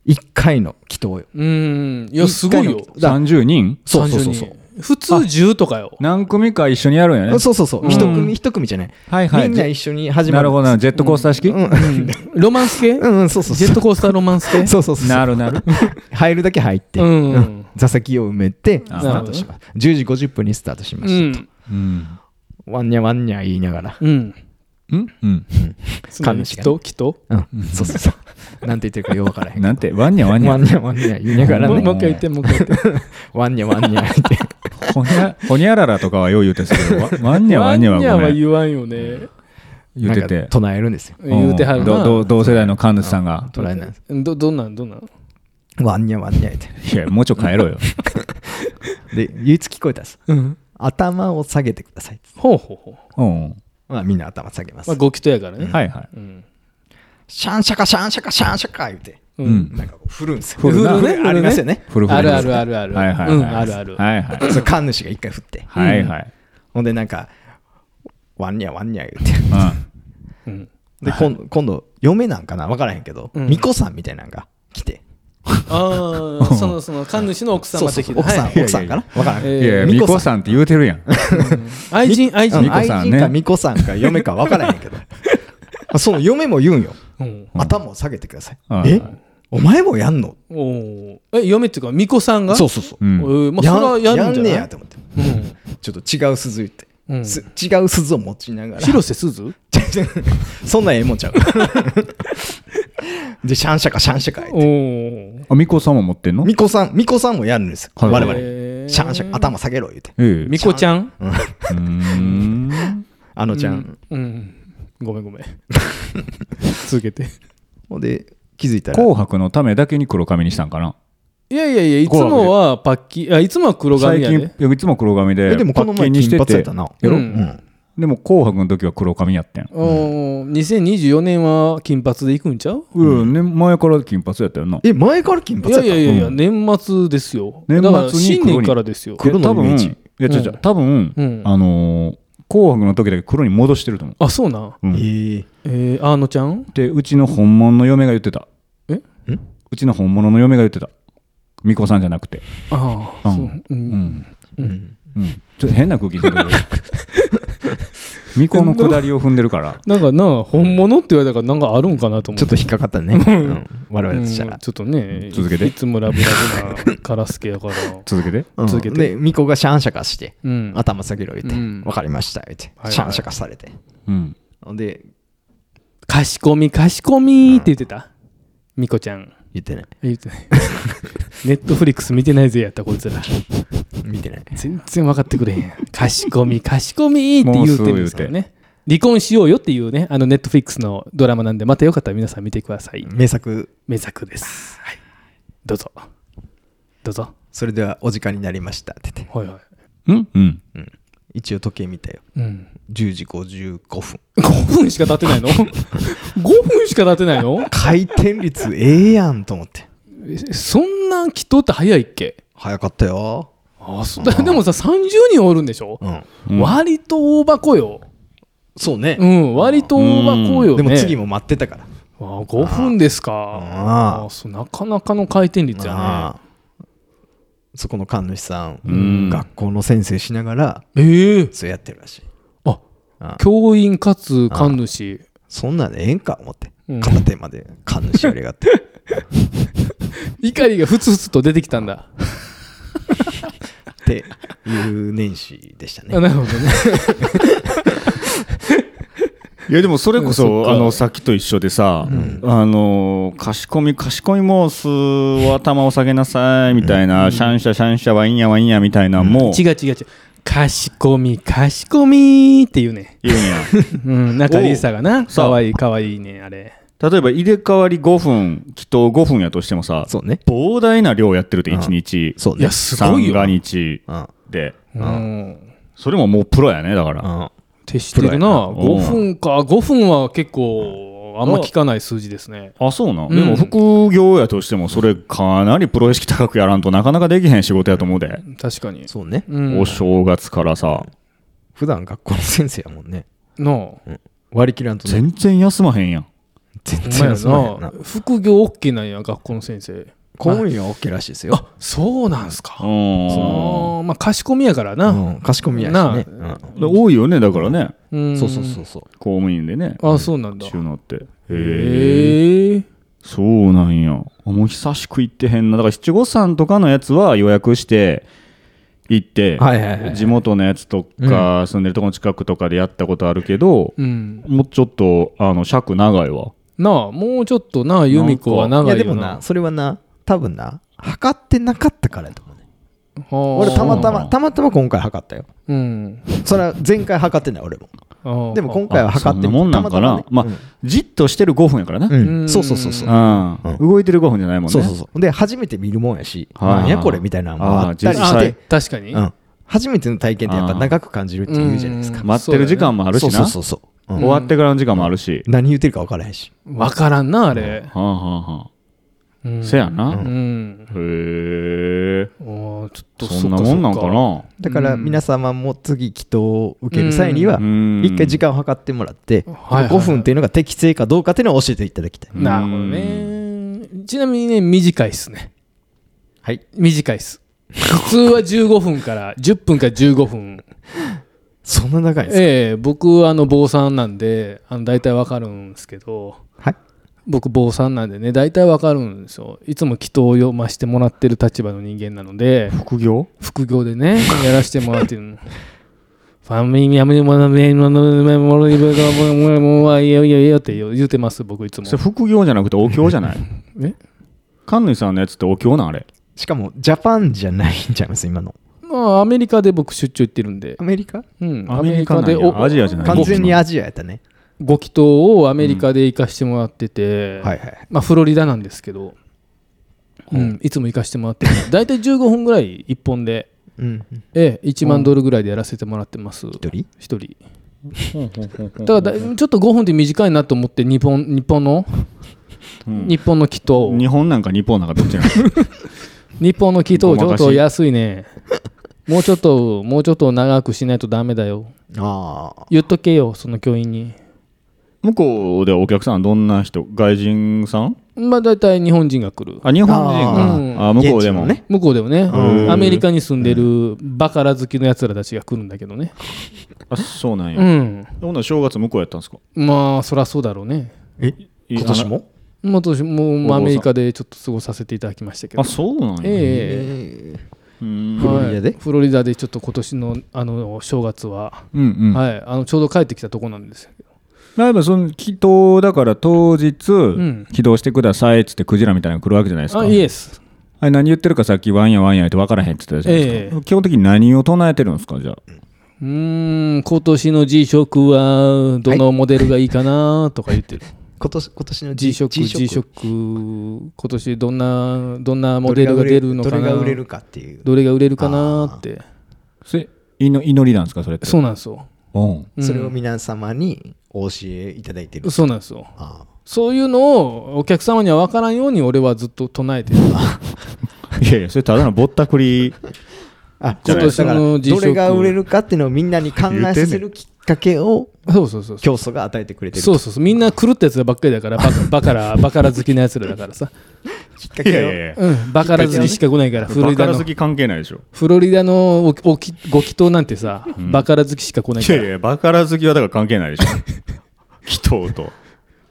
Speaker 1: 1回の祈祷よ
Speaker 2: うんいやすごいよ
Speaker 1: 一回のだ
Speaker 3: 30人
Speaker 1: そうそう
Speaker 2: 30
Speaker 1: そ
Speaker 2: 人
Speaker 1: うそう
Speaker 2: 普通10とかよ
Speaker 3: 何組か一緒にやるんやね
Speaker 1: そうそうそう
Speaker 3: うん
Speaker 1: 一組一組じゃない
Speaker 3: はい
Speaker 1: みんな一緒に始ま
Speaker 3: な
Speaker 1: る
Speaker 3: るほどなジェットコースター式
Speaker 1: うん
Speaker 2: うんロマンス系
Speaker 1: (laughs) うんうんそうそう
Speaker 2: ジェ
Speaker 1: そ
Speaker 2: ッ
Speaker 1: う
Speaker 2: トコースターロマンス系
Speaker 1: そうそうそう
Speaker 3: なるなる
Speaker 1: 入るだけ入って、
Speaker 2: うん
Speaker 1: うん座席を埋めてスタ
Speaker 3: あ
Speaker 1: ートします10時50分にスタートしま
Speaker 2: う
Speaker 1: し
Speaker 2: ん
Speaker 3: うん
Speaker 1: たと、ワンニャワンニャ言いながら、
Speaker 2: うん
Speaker 3: うんうん
Speaker 2: つまり
Speaker 1: 神主
Speaker 2: き
Speaker 1: がね
Speaker 2: っときっと
Speaker 1: うん、そうそうそうなんて言ってるかよくわからへん
Speaker 3: なんてワンニャワンニ
Speaker 1: ワ
Speaker 3: ャ
Speaker 1: ンニャワンニャ言いながら
Speaker 2: もう
Speaker 1: ね
Speaker 2: もう一回言ってもう一回言って
Speaker 1: ワンニャワンニャ言って
Speaker 3: ほにゃほにゃららとかはよう言うてたけどわワンニャワンニャはごめん
Speaker 2: 言わんよね
Speaker 3: 言うて
Speaker 1: なん
Speaker 3: て
Speaker 1: か唱えるんですよ
Speaker 2: 言うてはる
Speaker 3: んどど
Speaker 2: な
Speaker 3: 同世代の神主さんが
Speaker 1: 唱えないです
Speaker 2: どどんなんどんなん
Speaker 1: ワンニャワンニャ言って
Speaker 3: 「いやもうちょい帰ろうよ
Speaker 1: で唯一聞こえたんです頭を下げてくださいって」
Speaker 2: ほうほうほう
Speaker 3: うんうん
Speaker 1: まあみんな頭下げます、
Speaker 2: まあご祈祷やからね
Speaker 3: はいはい
Speaker 2: うん
Speaker 1: シャンシャカシャンシャカシャンシャカ言って
Speaker 2: う
Speaker 3: うんん
Speaker 1: なんかこう振るんですよ
Speaker 3: 振るな
Speaker 1: 振ありますよね
Speaker 3: フルフル
Speaker 2: あるあるあるある
Speaker 3: はいはいはい
Speaker 2: うんあるある
Speaker 3: はいはい
Speaker 1: そう神主が一回振って
Speaker 3: はいはい
Speaker 1: ほんでなんかワンニャワンニャ言って
Speaker 2: うん
Speaker 1: で今度今度嫁なんかな分からへんけど、
Speaker 2: うん
Speaker 1: 巫女さんみたいなのが来て
Speaker 2: ああそのその神主の奥様
Speaker 1: そう
Speaker 2: 的
Speaker 1: そう
Speaker 2: な
Speaker 1: 奥さん、
Speaker 2: はい
Speaker 1: 奥さんかな分からへん、
Speaker 2: え
Speaker 3: うんいやいや
Speaker 1: 巫
Speaker 3: 巫
Speaker 1: 女さん
Speaker 3: 女さんって言うてるやん
Speaker 2: 愛人愛
Speaker 1: うん
Speaker 2: 人
Speaker 3: 巫女さんね
Speaker 1: 愛人か巫女さんか (laughs) 嫁か分からへん
Speaker 2: (laughs)
Speaker 1: けどその嫁も言うんよ
Speaker 2: うん
Speaker 1: 頭を下げてください、
Speaker 3: うん
Speaker 1: えお前もやんの
Speaker 2: おーえ嫁っていうか巫女さんが
Speaker 1: そうそうそう、
Speaker 3: うん
Speaker 2: えーまあ、それはやるんじゃない
Speaker 1: やんねやと思ってちょっと違う鈴言って、
Speaker 2: うんうん
Speaker 1: す違う鈴を持ちながら
Speaker 2: 広瀬すず
Speaker 1: (laughs) そんなんええもんち
Speaker 2: (laughs)
Speaker 1: ゃうでシャンシャカシャンシャカ言って
Speaker 2: お
Speaker 3: あ巫女さんも持ってんの
Speaker 1: 巫女さん巫女さんもやるんですよ、
Speaker 3: はい
Speaker 1: 我々、
Speaker 2: へー
Speaker 1: シャンシャカ頭下げろ言うて
Speaker 3: ええ
Speaker 2: みこちゃん
Speaker 3: うーん
Speaker 1: あのちゃん、
Speaker 2: うんごめんごめん続けて
Speaker 1: ほんで気づいたら
Speaker 3: 紅白のためだけに黒髪にしたんかない
Speaker 2: やいやいやいつもはパッキあいつもは黒髪や
Speaker 3: 最近
Speaker 2: で
Speaker 3: いやいつも黒髪で
Speaker 1: えでもこの
Speaker 3: パッ
Speaker 1: 前
Speaker 3: ケンにして
Speaker 1: 金髪や
Speaker 3: て
Speaker 1: ったな
Speaker 2: やろ
Speaker 1: うん
Speaker 3: でも紅白の時は黒髪やってん
Speaker 2: おー2024年は金髪でいくんちゃう
Speaker 3: うんね前から金髪やったよな
Speaker 1: え前から金
Speaker 2: い
Speaker 1: 髪やっ
Speaker 2: やい
Speaker 1: た
Speaker 2: やいやいや
Speaker 3: うん
Speaker 2: 年末ですよ
Speaker 3: 年末に
Speaker 2: だから新年からですよ
Speaker 1: 黒のイメージ
Speaker 3: いや多分いや違う違う多分
Speaker 2: うん
Speaker 3: あのー紅白の時だけ黒に戻してると思
Speaker 2: あそうなん
Speaker 3: ううん
Speaker 1: ええ
Speaker 2: えー、あのちゃん
Speaker 3: でうちの本物の嫁が言ってた
Speaker 2: えん
Speaker 3: うちの本物の嫁が言ってた巫女さんじゃなくて
Speaker 2: ああ、
Speaker 3: うん
Speaker 2: そうう
Speaker 3: うんんうんちょっと変な空気になるけど巫女の下りを踏んでるから
Speaker 2: なんかな本物って言われたからなんかあるんかなと思
Speaker 1: ちょ
Speaker 2: て
Speaker 1: っと引っかかったね、うん、我々とした
Speaker 2: う
Speaker 1: ら
Speaker 2: ん、ちょっとね
Speaker 3: 続けて
Speaker 2: いつもラブラブなカラスケやから
Speaker 3: 続けて
Speaker 1: うん
Speaker 2: 続けて
Speaker 1: で巫女がシャンシャカして
Speaker 2: うん
Speaker 1: 頭下げろ言って、
Speaker 2: うん
Speaker 1: 分かりました言って、
Speaker 2: はいはい
Speaker 1: シャンシャカされて
Speaker 3: うん
Speaker 1: ほんで
Speaker 2: かしこみかしこみって言ってたみこちゃん
Speaker 1: 言ってない
Speaker 2: 言ってない (laughs) ネットフリックス見てないぜやったこいつら
Speaker 1: 見てない
Speaker 2: 全然分かってくれへんかしこみかしこみって言うてるんですよ
Speaker 3: もう
Speaker 2: ね離婚しようよっていうねあのネットフリックスのドラマなんでまたよかったら皆さん見てください
Speaker 1: 名作
Speaker 2: 名作です、はい、どうぞどうぞ
Speaker 1: それではお時間になりましたって言って
Speaker 2: はいはい
Speaker 3: うんうん
Speaker 1: 一応時計見たよ
Speaker 2: うん
Speaker 1: 10時55分
Speaker 2: 5分しか経ってないの ?5 分しか経ってないの
Speaker 1: 回転率ええやんと思って
Speaker 2: えそんな祈祷って早いっけ
Speaker 1: 早かったよ
Speaker 2: あそでもさ30人おるんでしょ、
Speaker 1: うん
Speaker 3: うん
Speaker 2: 割と大箱よ
Speaker 1: そうね
Speaker 2: う、ん割と大箱よ、ね
Speaker 1: でも次も待ってたから
Speaker 2: あ5分ですか
Speaker 1: あー
Speaker 2: あーそうなかなかの回転率やね
Speaker 1: ああそこの神主さん、
Speaker 3: うん
Speaker 1: 学校の先生しながら
Speaker 2: ええ
Speaker 1: そうやってるらしい
Speaker 2: あ
Speaker 1: あ
Speaker 2: 教員かつ神主
Speaker 1: そんなんでええんか思って
Speaker 2: うん
Speaker 1: 片手まで神主やりがって
Speaker 2: 怒りがふつふつと出てきたんだ、
Speaker 1: っていう年始でした
Speaker 2: あ
Speaker 1: ね
Speaker 2: なるほどね
Speaker 3: いやでもそれ
Speaker 2: う
Speaker 3: こ
Speaker 2: んそっ
Speaker 3: そ
Speaker 2: か
Speaker 3: あのさっきと一緒でさ、あの賢み賢みもうすー頭を下げなさいみたいな、シャンシャシャンシャワインやワインやみたいなもう
Speaker 2: 違う違う違う賢み賢みっていうね
Speaker 3: 言うんや
Speaker 2: うん仲いいさがな
Speaker 3: そう
Speaker 2: かわいいかわいいねあれ
Speaker 3: 例えば入れ替わり5分祈祷5分やとしてもさ
Speaker 1: そうね
Speaker 3: 膨大な量やってるって1日
Speaker 1: そう
Speaker 2: い
Speaker 1: ね
Speaker 2: やすごいよ
Speaker 3: 三が日
Speaker 1: うん
Speaker 3: で
Speaker 2: うん
Speaker 3: それももうプロやねだから、
Speaker 1: うん
Speaker 2: 徹してるな
Speaker 3: プロやな
Speaker 2: 5分か5分は結構あんま聞かない数字ですね
Speaker 3: あそうなん、
Speaker 2: うん
Speaker 3: でも副業やとしてもそれかなりプロ意識高くやらんとなかなかできへん仕事やと思うで、
Speaker 2: 確かに
Speaker 1: そうね
Speaker 2: うん
Speaker 3: お正月からさ
Speaker 1: 普段学校の先生やもんね
Speaker 2: なあほ
Speaker 1: 割り切らんとね
Speaker 3: 全然休まへんやん
Speaker 1: 全
Speaker 2: んまや
Speaker 1: 然そうや
Speaker 2: な
Speaker 1: な
Speaker 2: 副業 OK なんや学校の先生
Speaker 1: 公務員は OK らしいですよ
Speaker 2: あそうなんす
Speaker 3: う
Speaker 2: か
Speaker 3: ん
Speaker 2: そうまあ賢みやから
Speaker 1: う
Speaker 2: なん
Speaker 1: 賢みや
Speaker 2: なあ
Speaker 1: しねうん
Speaker 3: で多いよねだからね
Speaker 2: うん
Speaker 1: そうそうそうそう
Speaker 3: 公務員でね
Speaker 2: あそうなんだ
Speaker 3: 中納ってへえ
Speaker 2: へえ
Speaker 3: そうなんやあもう久しく行ってへんなだから七五三とかのやつは予約して行って、
Speaker 1: はいはいはい
Speaker 3: 地元のやつとか、住んでるとこの近くとかでやったことあるけど、
Speaker 2: うん
Speaker 3: もうちょっとあの尺長いわ
Speaker 2: なあもうちょっとな由美子は長い
Speaker 1: やで
Speaker 2: よ
Speaker 1: も
Speaker 2: な
Speaker 1: なそれはな多分な測ってなかったからやと思うね
Speaker 2: 俺
Speaker 1: 俺たまた
Speaker 3: そうな
Speaker 1: ま
Speaker 3: の
Speaker 1: たまたま今回測ったよ
Speaker 2: うん
Speaker 1: それは前回測ってない俺もでも今回は測って
Speaker 3: あそんなもんなんかな
Speaker 1: たま
Speaker 3: まあ、
Speaker 1: たまね
Speaker 3: じっとしてる5分やからな、
Speaker 1: うん
Speaker 2: うん
Speaker 1: そうそうそうそう
Speaker 3: うん
Speaker 1: う
Speaker 3: 動いてる5分じゃないもんね
Speaker 1: そうそうそうで初めて見るもんやし
Speaker 3: はいはい
Speaker 1: なんやこれみたいなのもあったり
Speaker 3: あー実
Speaker 1: して
Speaker 3: 際
Speaker 2: 確かに
Speaker 1: うん初めての体験ってやっぱ長く感じるって言うじゃないですか
Speaker 2: うん
Speaker 3: 待ってる時間もあるしな、
Speaker 1: そうそうそうそううん
Speaker 3: 終わってからの時間もあるし、
Speaker 1: 何言ってるか分からへんし
Speaker 2: 分からんなあれ
Speaker 3: はあはあはあ
Speaker 2: うん
Speaker 3: せやな、
Speaker 2: う
Speaker 3: へ
Speaker 2: ん
Speaker 3: え
Speaker 2: あーちょっと
Speaker 3: そんなもんなんかな
Speaker 1: だから
Speaker 2: うん
Speaker 1: 皆様も次祈祷を受ける際には
Speaker 3: うん
Speaker 1: 一回時間を測ってもらって
Speaker 2: はいはい
Speaker 1: 5分っていうのが適正かどうかっていうのを教えていただきたい
Speaker 2: なるほどねちなみにね短いっすね
Speaker 1: はい
Speaker 2: 短いっす普通は15分から10分から15分
Speaker 1: そんな長いんですか
Speaker 2: ええ僕あの坊さんなんであの大体わかるんですけど
Speaker 1: はい
Speaker 2: 僕坊さんなんでね大体わかるんですよいつも祈祷を読ましてもらってる立場の人間なので
Speaker 3: 副業
Speaker 2: 副業でねやらしてもらってるのファミリーメモノメモノメモノメモノメモノいいよいいよいいよって言う言うてます僕いつも
Speaker 3: それ副業じゃなくてお経じゃない
Speaker 2: え
Speaker 3: 神主さんのやつってお経なんあれ
Speaker 1: しかもジャパンじゃないんちゃいます今の
Speaker 2: まあアメリカで僕出張行ってるんで
Speaker 1: アメリカ
Speaker 2: うん
Speaker 3: アメリカ
Speaker 2: アメ
Speaker 3: で
Speaker 2: リカでお
Speaker 3: アジアじゃない
Speaker 1: 完全にアジアやったね
Speaker 2: ご祈祷をアメリカで行かしてもらってて
Speaker 1: はいはい
Speaker 2: まあフロリダなんですけどうんいつも行かしてもらってる大体15分ぐらい1本で
Speaker 1: うん
Speaker 2: ええ1万ドルぐらいでやらせてもらってます1
Speaker 1: 一人
Speaker 2: 人だからだちょっと5分って短いなと思って日本日本の
Speaker 3: うん
Speaker 2: 日本の祈祷
Speaker 3: 日本なんか日本なんかどっちなの
Speaker 2: 日本の祈祷ちょっ
Speaker 3: ごまか
Speaker 2: と
Speaker 3: し
Speaker 2: 安いねもうちょっともうちょっと長くしないとダメだよ
Speaker 1: ああ
Speaker 2: 言っとけよその教員に
Speaker 3: 向こうでお客さんどんな人外人さん
Speaker 2: まあ大体日本人が来る
Speaker 3: あ日本人が
Speaker 1: あ
Speaker 2: ー
Speaker 3: あ向こうでも
Speaker 1: 現地のね
Speaker 2: 向こうでもね
Speaker 3: ん
Speaker 2: アメリカに住んでるバカラ好きのやつらたちが来るんだけどね
Speaker 3: あそうなんや、
Speaker 2: うん
Speaker 3: ほんなら正月向こうやったんですか
Speaker 2: まあそりゃそうだろうね
Speaker 1: え今年も
Speaker 2: まあ私も
Speaker 3: 坊
Speaker 2: う
Speaker 3: さん
Speaker 2: アメリカでちょっと過ごさせていただきましたけど
Speaker 3: あそうなんや、
Speaker 2: ええ
Speaker 3: うん
Speaker 1: フロリダで
Speaker 2: はいフロリダでちょっと今年のあの正月は、
Speaker 3: うんうん
Speaker 2: はい、あのちょうど帰ってきたとこなんですよ
Speaker 3: 例えばその祈祷だから当日、
Speaker 2: ん
Speaker 3: 祈祷してくださいっつってクジラみたいなの来るわけじゃないですか
Speaker 2: あイエス
Speaker 3: あれ何言ってるかさっきワンやワンやって分からへんって言ってたじゃないですか、
Speaker 2: え
Speaker 3: 基本的に何を唱えてるんですかじゃあ
Speaker 2: うーん今年の G 色はどのモデルがいいかなとか言っ
Speaker 1: (laughs)
Speaker 2: てる、
Speaker 1: 今年今年の
Speaker 2: G 色 G 色
Speaker 1: G-SHOCK
Speaker 2: 今年どんなどんなモ
Speaker 1: どれ
Speaker 2: デ
Speaker 1: が
Speaker 2: ル
Speaker 1: 売
Speaker 2: が出
Speaker 1: れ
Speaker 2: る
Speaker 1: る
Speaker 2: の
Speaker 1: ど
Speaker 2: か
Speaker 1: れ
Speaker 2: な
Speaker 1: が売れるかっていう
Speaker 2: どれが売れるかなって
Speaker 3: それ祈祈りなんですかそれって
Speaker 2: そうなんですよ、
Speaker 3: うん
Speaker 2: うん
Speaker 1: それを皆様にお教えいただいてる
Speaker 2: そうなんですよ
Speaker 1: あ
Speaker 2: そういうのをお客様には分からんように俺はずっと唱えてる
Speaker 3: いやいやそれただのぼったくり (laughs)
Speaker 1: ああ
Speaker 2: 今
Speaker 1: 今
Speaker 2: 年
Speaker 1: 年
Speaker 2: の
Speaker 1: の
Speaker 2: G-SHOCK
Speaker 1: どれが売れるかっていうのをみんなに考えさせるきかけを
Speaker 2: そうそうそうそう
Speaker 1: 教祖が与えてくれてる
Speaker 2: そうそうそうみんな狂ったやつらばっかりだからバカバカラバカラ好きなやつらだからさ、
Speaker 1: きっか
Speaker 3: い
Speaker 1: けを
Speaker 3: やいやいや
Speaker 2: うん、バカラ好きしか来ないからフロ
Speaker 3: バ
Speaker 2: リ
Speaker 3: カ
Speaker 2: ダ
Speaker 3: ラ
Speaker 2: の
Speaker 3: 好き関係ないでしょ
Speaker 2: フロリダのおおきご祈祷なんてさ、
Speaker 3: ん
Speaker 2: バカラ好きしか来ない
Speaker 3: い
Speaker 2: か
Speaker 3: や
Speaker 2: ら
Speaker 3: いやバカラ好きはだから関係ない (laughs) でしょ祈祷と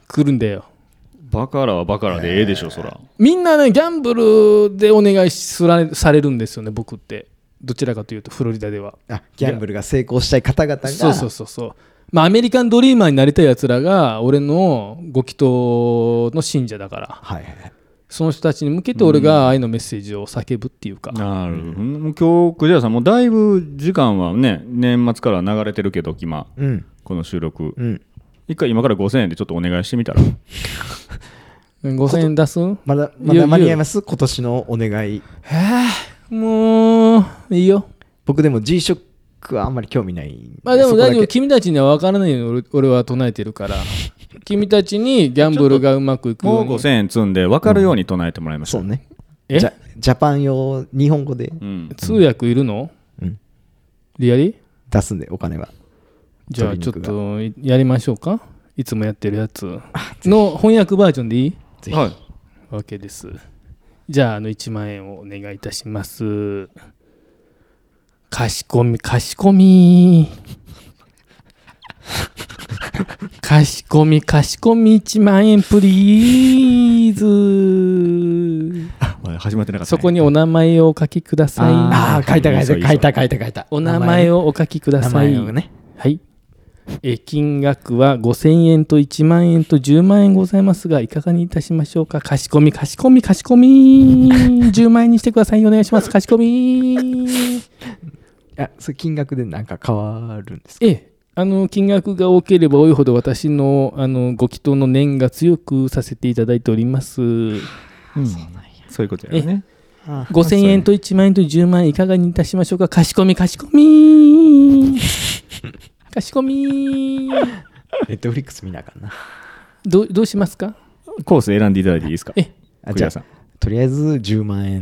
Speaker 2: 来るんだよ
Speaker 3: バカラはバカラでええでしょそら
Speaker 2: みんなねギャンブルでお願いすらされるんですよね僕ってどちらかというとフロリダでは
Speaker 1: あギャンブルが成功したい方々が
Speaker 2: そうそうそうそうまあアメリカンドリーマーになりたいやつらが俺のご祈祷の信者だから
Speaker 1: はいはいはい
Speaker 2: その人たちに向けて俺が愛のメッセージを叫ぶっていうか、
Speaker 3: なるほど、もう今日、くじらさん、もうだいぶ時間はね、年末から流れてるけど、今、
Speaker 1: うん
Speaker 3: この収録、
Speaker 1: うん
Speaker 3: 一回今から5000円でちょっとお願いしてみたら、
Speaker 2: 5000円出す
Speaker 1: まだま
Speaker 2: 言
Speaker 1: だ
Speaker 2: う
Speaker 1: 間に合います今年のお願い
Speaker 2: もういいよ
Speaker 1: 僕でも G ショックはあんまり興味ないん
Speaker 2: まあでも
Speaker 1: そこだ
Speaker 2: 大
Speaker 1: け
Speaker 2: 丈夫君たちには分からないように俺俺は唱えてるから
Speaker 1: (laughs)
Speaker 2: 君たちにギャンブルがうまくいくよ
Speaker 3: も
Speaker 2: う
Speaker 3: う
Speaker 2: に
Speaker 3: 5000円積んで、分かるように唱えてもらいまし
Speaker 1: そ
Speaker 3: ょ
Speaker 1: う
Speaker 3: う。
Speaker 1: ね
Speaker 2: え
Speaker 1: ジャジャパン用日本語で
Speaker 3: うん、
Speaker 2: 通訳いるの、
Speaker 1: うん
Speaker 2: リアリ
Speaker 1: 出すんでお金は
Speaker 2: じゃあちょっ
Speaker 1: 鶏肉
Speaker 2: とやりましょうかいつもやってるやつの翻訳バージョンでいい
Speaker 1: ぜひ
Speaker 3: はい、
Speaker 2: わけですじゃああの1万円をお願いいたしますかしこみかしこみかしこみかしこみ1万円プリーズ
Speaker 3: まだ始まってなかった、
Speaker 2: そこにお名前をお書きください
Speaker 1: ああ書いた書いた書いた書いた書いた
Speaker 2: お名前
Speaker 1: を
Speaker 2: をお書きくだ
Speaker 1: 名
Speaker 2: さい
Speaker 1: 前をね
Speaker 2: はい。え金額は5000円と1万円と10万円ございますが、いかがにいたしましょうか。かしこみ、かしこみ、かしこみ。10万円にしてください。お願いします。かしこみ。
Speaker 1: あそれ金額でなんか変わるんですか
Speaker 2: ええ、あの、金額が多ければ多いほど、私の、あの、ご祈祷の念が強くさせていただいております。
Speaker 3: うんそういうことやね。
Speaker 1: あー
Speaker 2: 5000円と1万円と10万円、いかがにいたしましょうか。かしこみ、かしこみ。かしこ
Speaker 1: ネ
Speaker 2: み。
Speaker 1: ットフリックス見なあかんな
Speaker 2: どう、どうしますか
Speaker 3: コース選んでいただいていいですか、
Speaker 2: え
Speaker 1: あ
Speaker 3: くじらさん。
Speaker 1: とりあえず10万円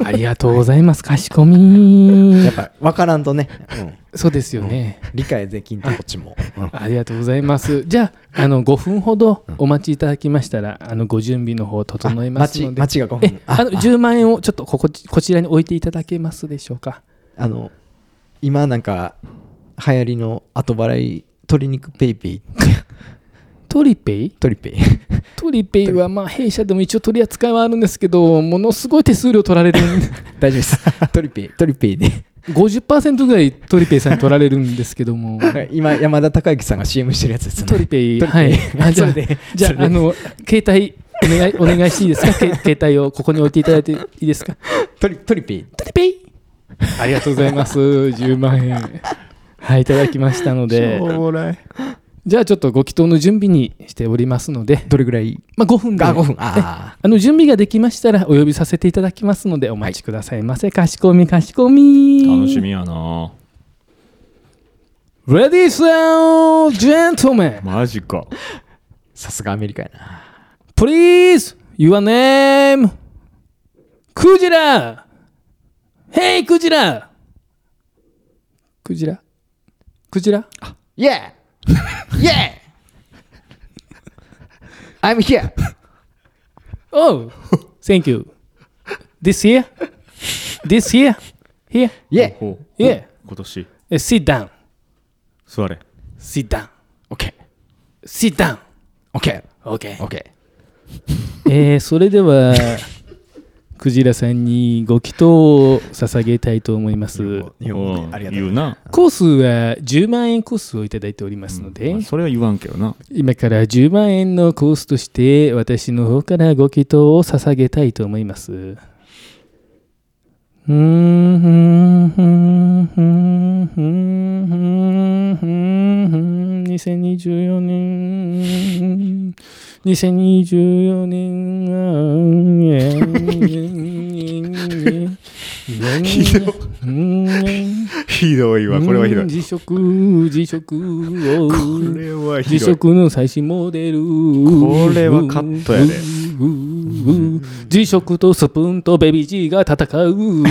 Speaker 2: ありがとうございます。かしこみ
Speaker 1: やっ。ぱ分からんとね、うん
Speaker 2: そうですよね。
Speaker 1: 理解できんとこっちも、うん
Speaker 2: ありがと (laughs) うございます。じゃあ、あの5分ほどお待ちいただきましたら、あのご準備の方整えますので。
Speaker 1: 待ち待ちが5
Speaker 2: え
Speaker 1: 分、あ
Speaker 2: あの10万円をちょっとこここちらに置いていただけますでしょうか。
Speaker 1: あの今なんか流行りの後払い鶏肉ペイペイ
Speaker 2: トリペイ
Speaker 1: トリペイ
Speaker 2: トリペイはまあ弊社でも一応取り扱いはあるんですけど、ものすごい手数料取られる
Speaker 1: (laughs)
Speaker 2: んで、
Speaker 1: 大丈夫ですトリペイトリペイで
Speaker 2: 50%ぐらいトリペイさんに取られるんですけども。
Speaker 1: 今山田孝之さんが CM してるやつですね
Speaker 2: トリペイ、
Speaker 1: トリ
Speaker 2: は
Speaker 1: ペ
Speaker 2: い
Speaker 1: イ。
Speaker 2: (laughs) あじゃあ
Speaker 1: それで、
Speaker 2: じゃ
Speaker 1: それ
Speaker 2: あ、
Speaker 1: で
Speaker 2: あの、携帯、お願い、お願いしていいですかけ (laughs) 携帯をここに置いていただいていいですか
Speaker 1: トリトリペイ
Speaker 2: トリペイありがとうございます。10万円。はい、いただきましたので、じゃあちょっとご祈祷の準備にしておりますので、
Speaker 1: どれぐらい
Speaker 2: まあ5分で。
Speaker 1: あ5分あ
Speaker 2: あの準備ができましたらお呼びさせていただきますのでお待ちくださいませ、かしこみかしこみ
Speaker 3: 楽しみやな。
Speaker 2: レディースアンジェントメン
Speaker 3: マジか。
Speaker 1: ーさすがアメリカやな
Speaker 2: Please, your name! クジラ Hey, クジラクジラクジラ
Speaker 1: Yeah! Yeah! I'm here!
Speaker 2: Oh, thank you. This here? This here? Here?
Speaker 1: Yeah!
Speaker 3: ほう
Speaker 2: Yeah.
Speaker 3: 今年、
Speaker 2: Eh, Sit down.
Speaker 3: 座れ。
Speaker 2: Sit down.
Speaker 1: OK!
Speaker 2: Sit down.
Speaker 1: OK!
Speaker 2: Okay. (laughs)
Speaker 1: OK!
Speaker 2: えーそれでは、クジラさんにご祈祷を捧げたいと思います。
Speaker 1: 日本語
Speaker 3: うん
Speaker 1: でありがとう
Speaker 3: 言うな。
Speaker 2: コースは10万円コースをいただいておりますので、
Speaker 3: まあそれは言わんけどな。
Speaker 2: 今から10万円のコースとして私の方からご祈祷を捧げたいと思います。うーんふんふんふんふんふんふんふん2024年2024年はえーひど
Speaker 3: ひどいわ、これはひどい。
Speaker 2: 辞職辞職を
Speaker 3: これはひ
Speaker 2: 自
Speaker 3: どい。
Speaker 2: 食の最新モデル
Speaker 3: これはカットやで
Speaker 2: ううううう辞職とスプーンとベビー G が戦うう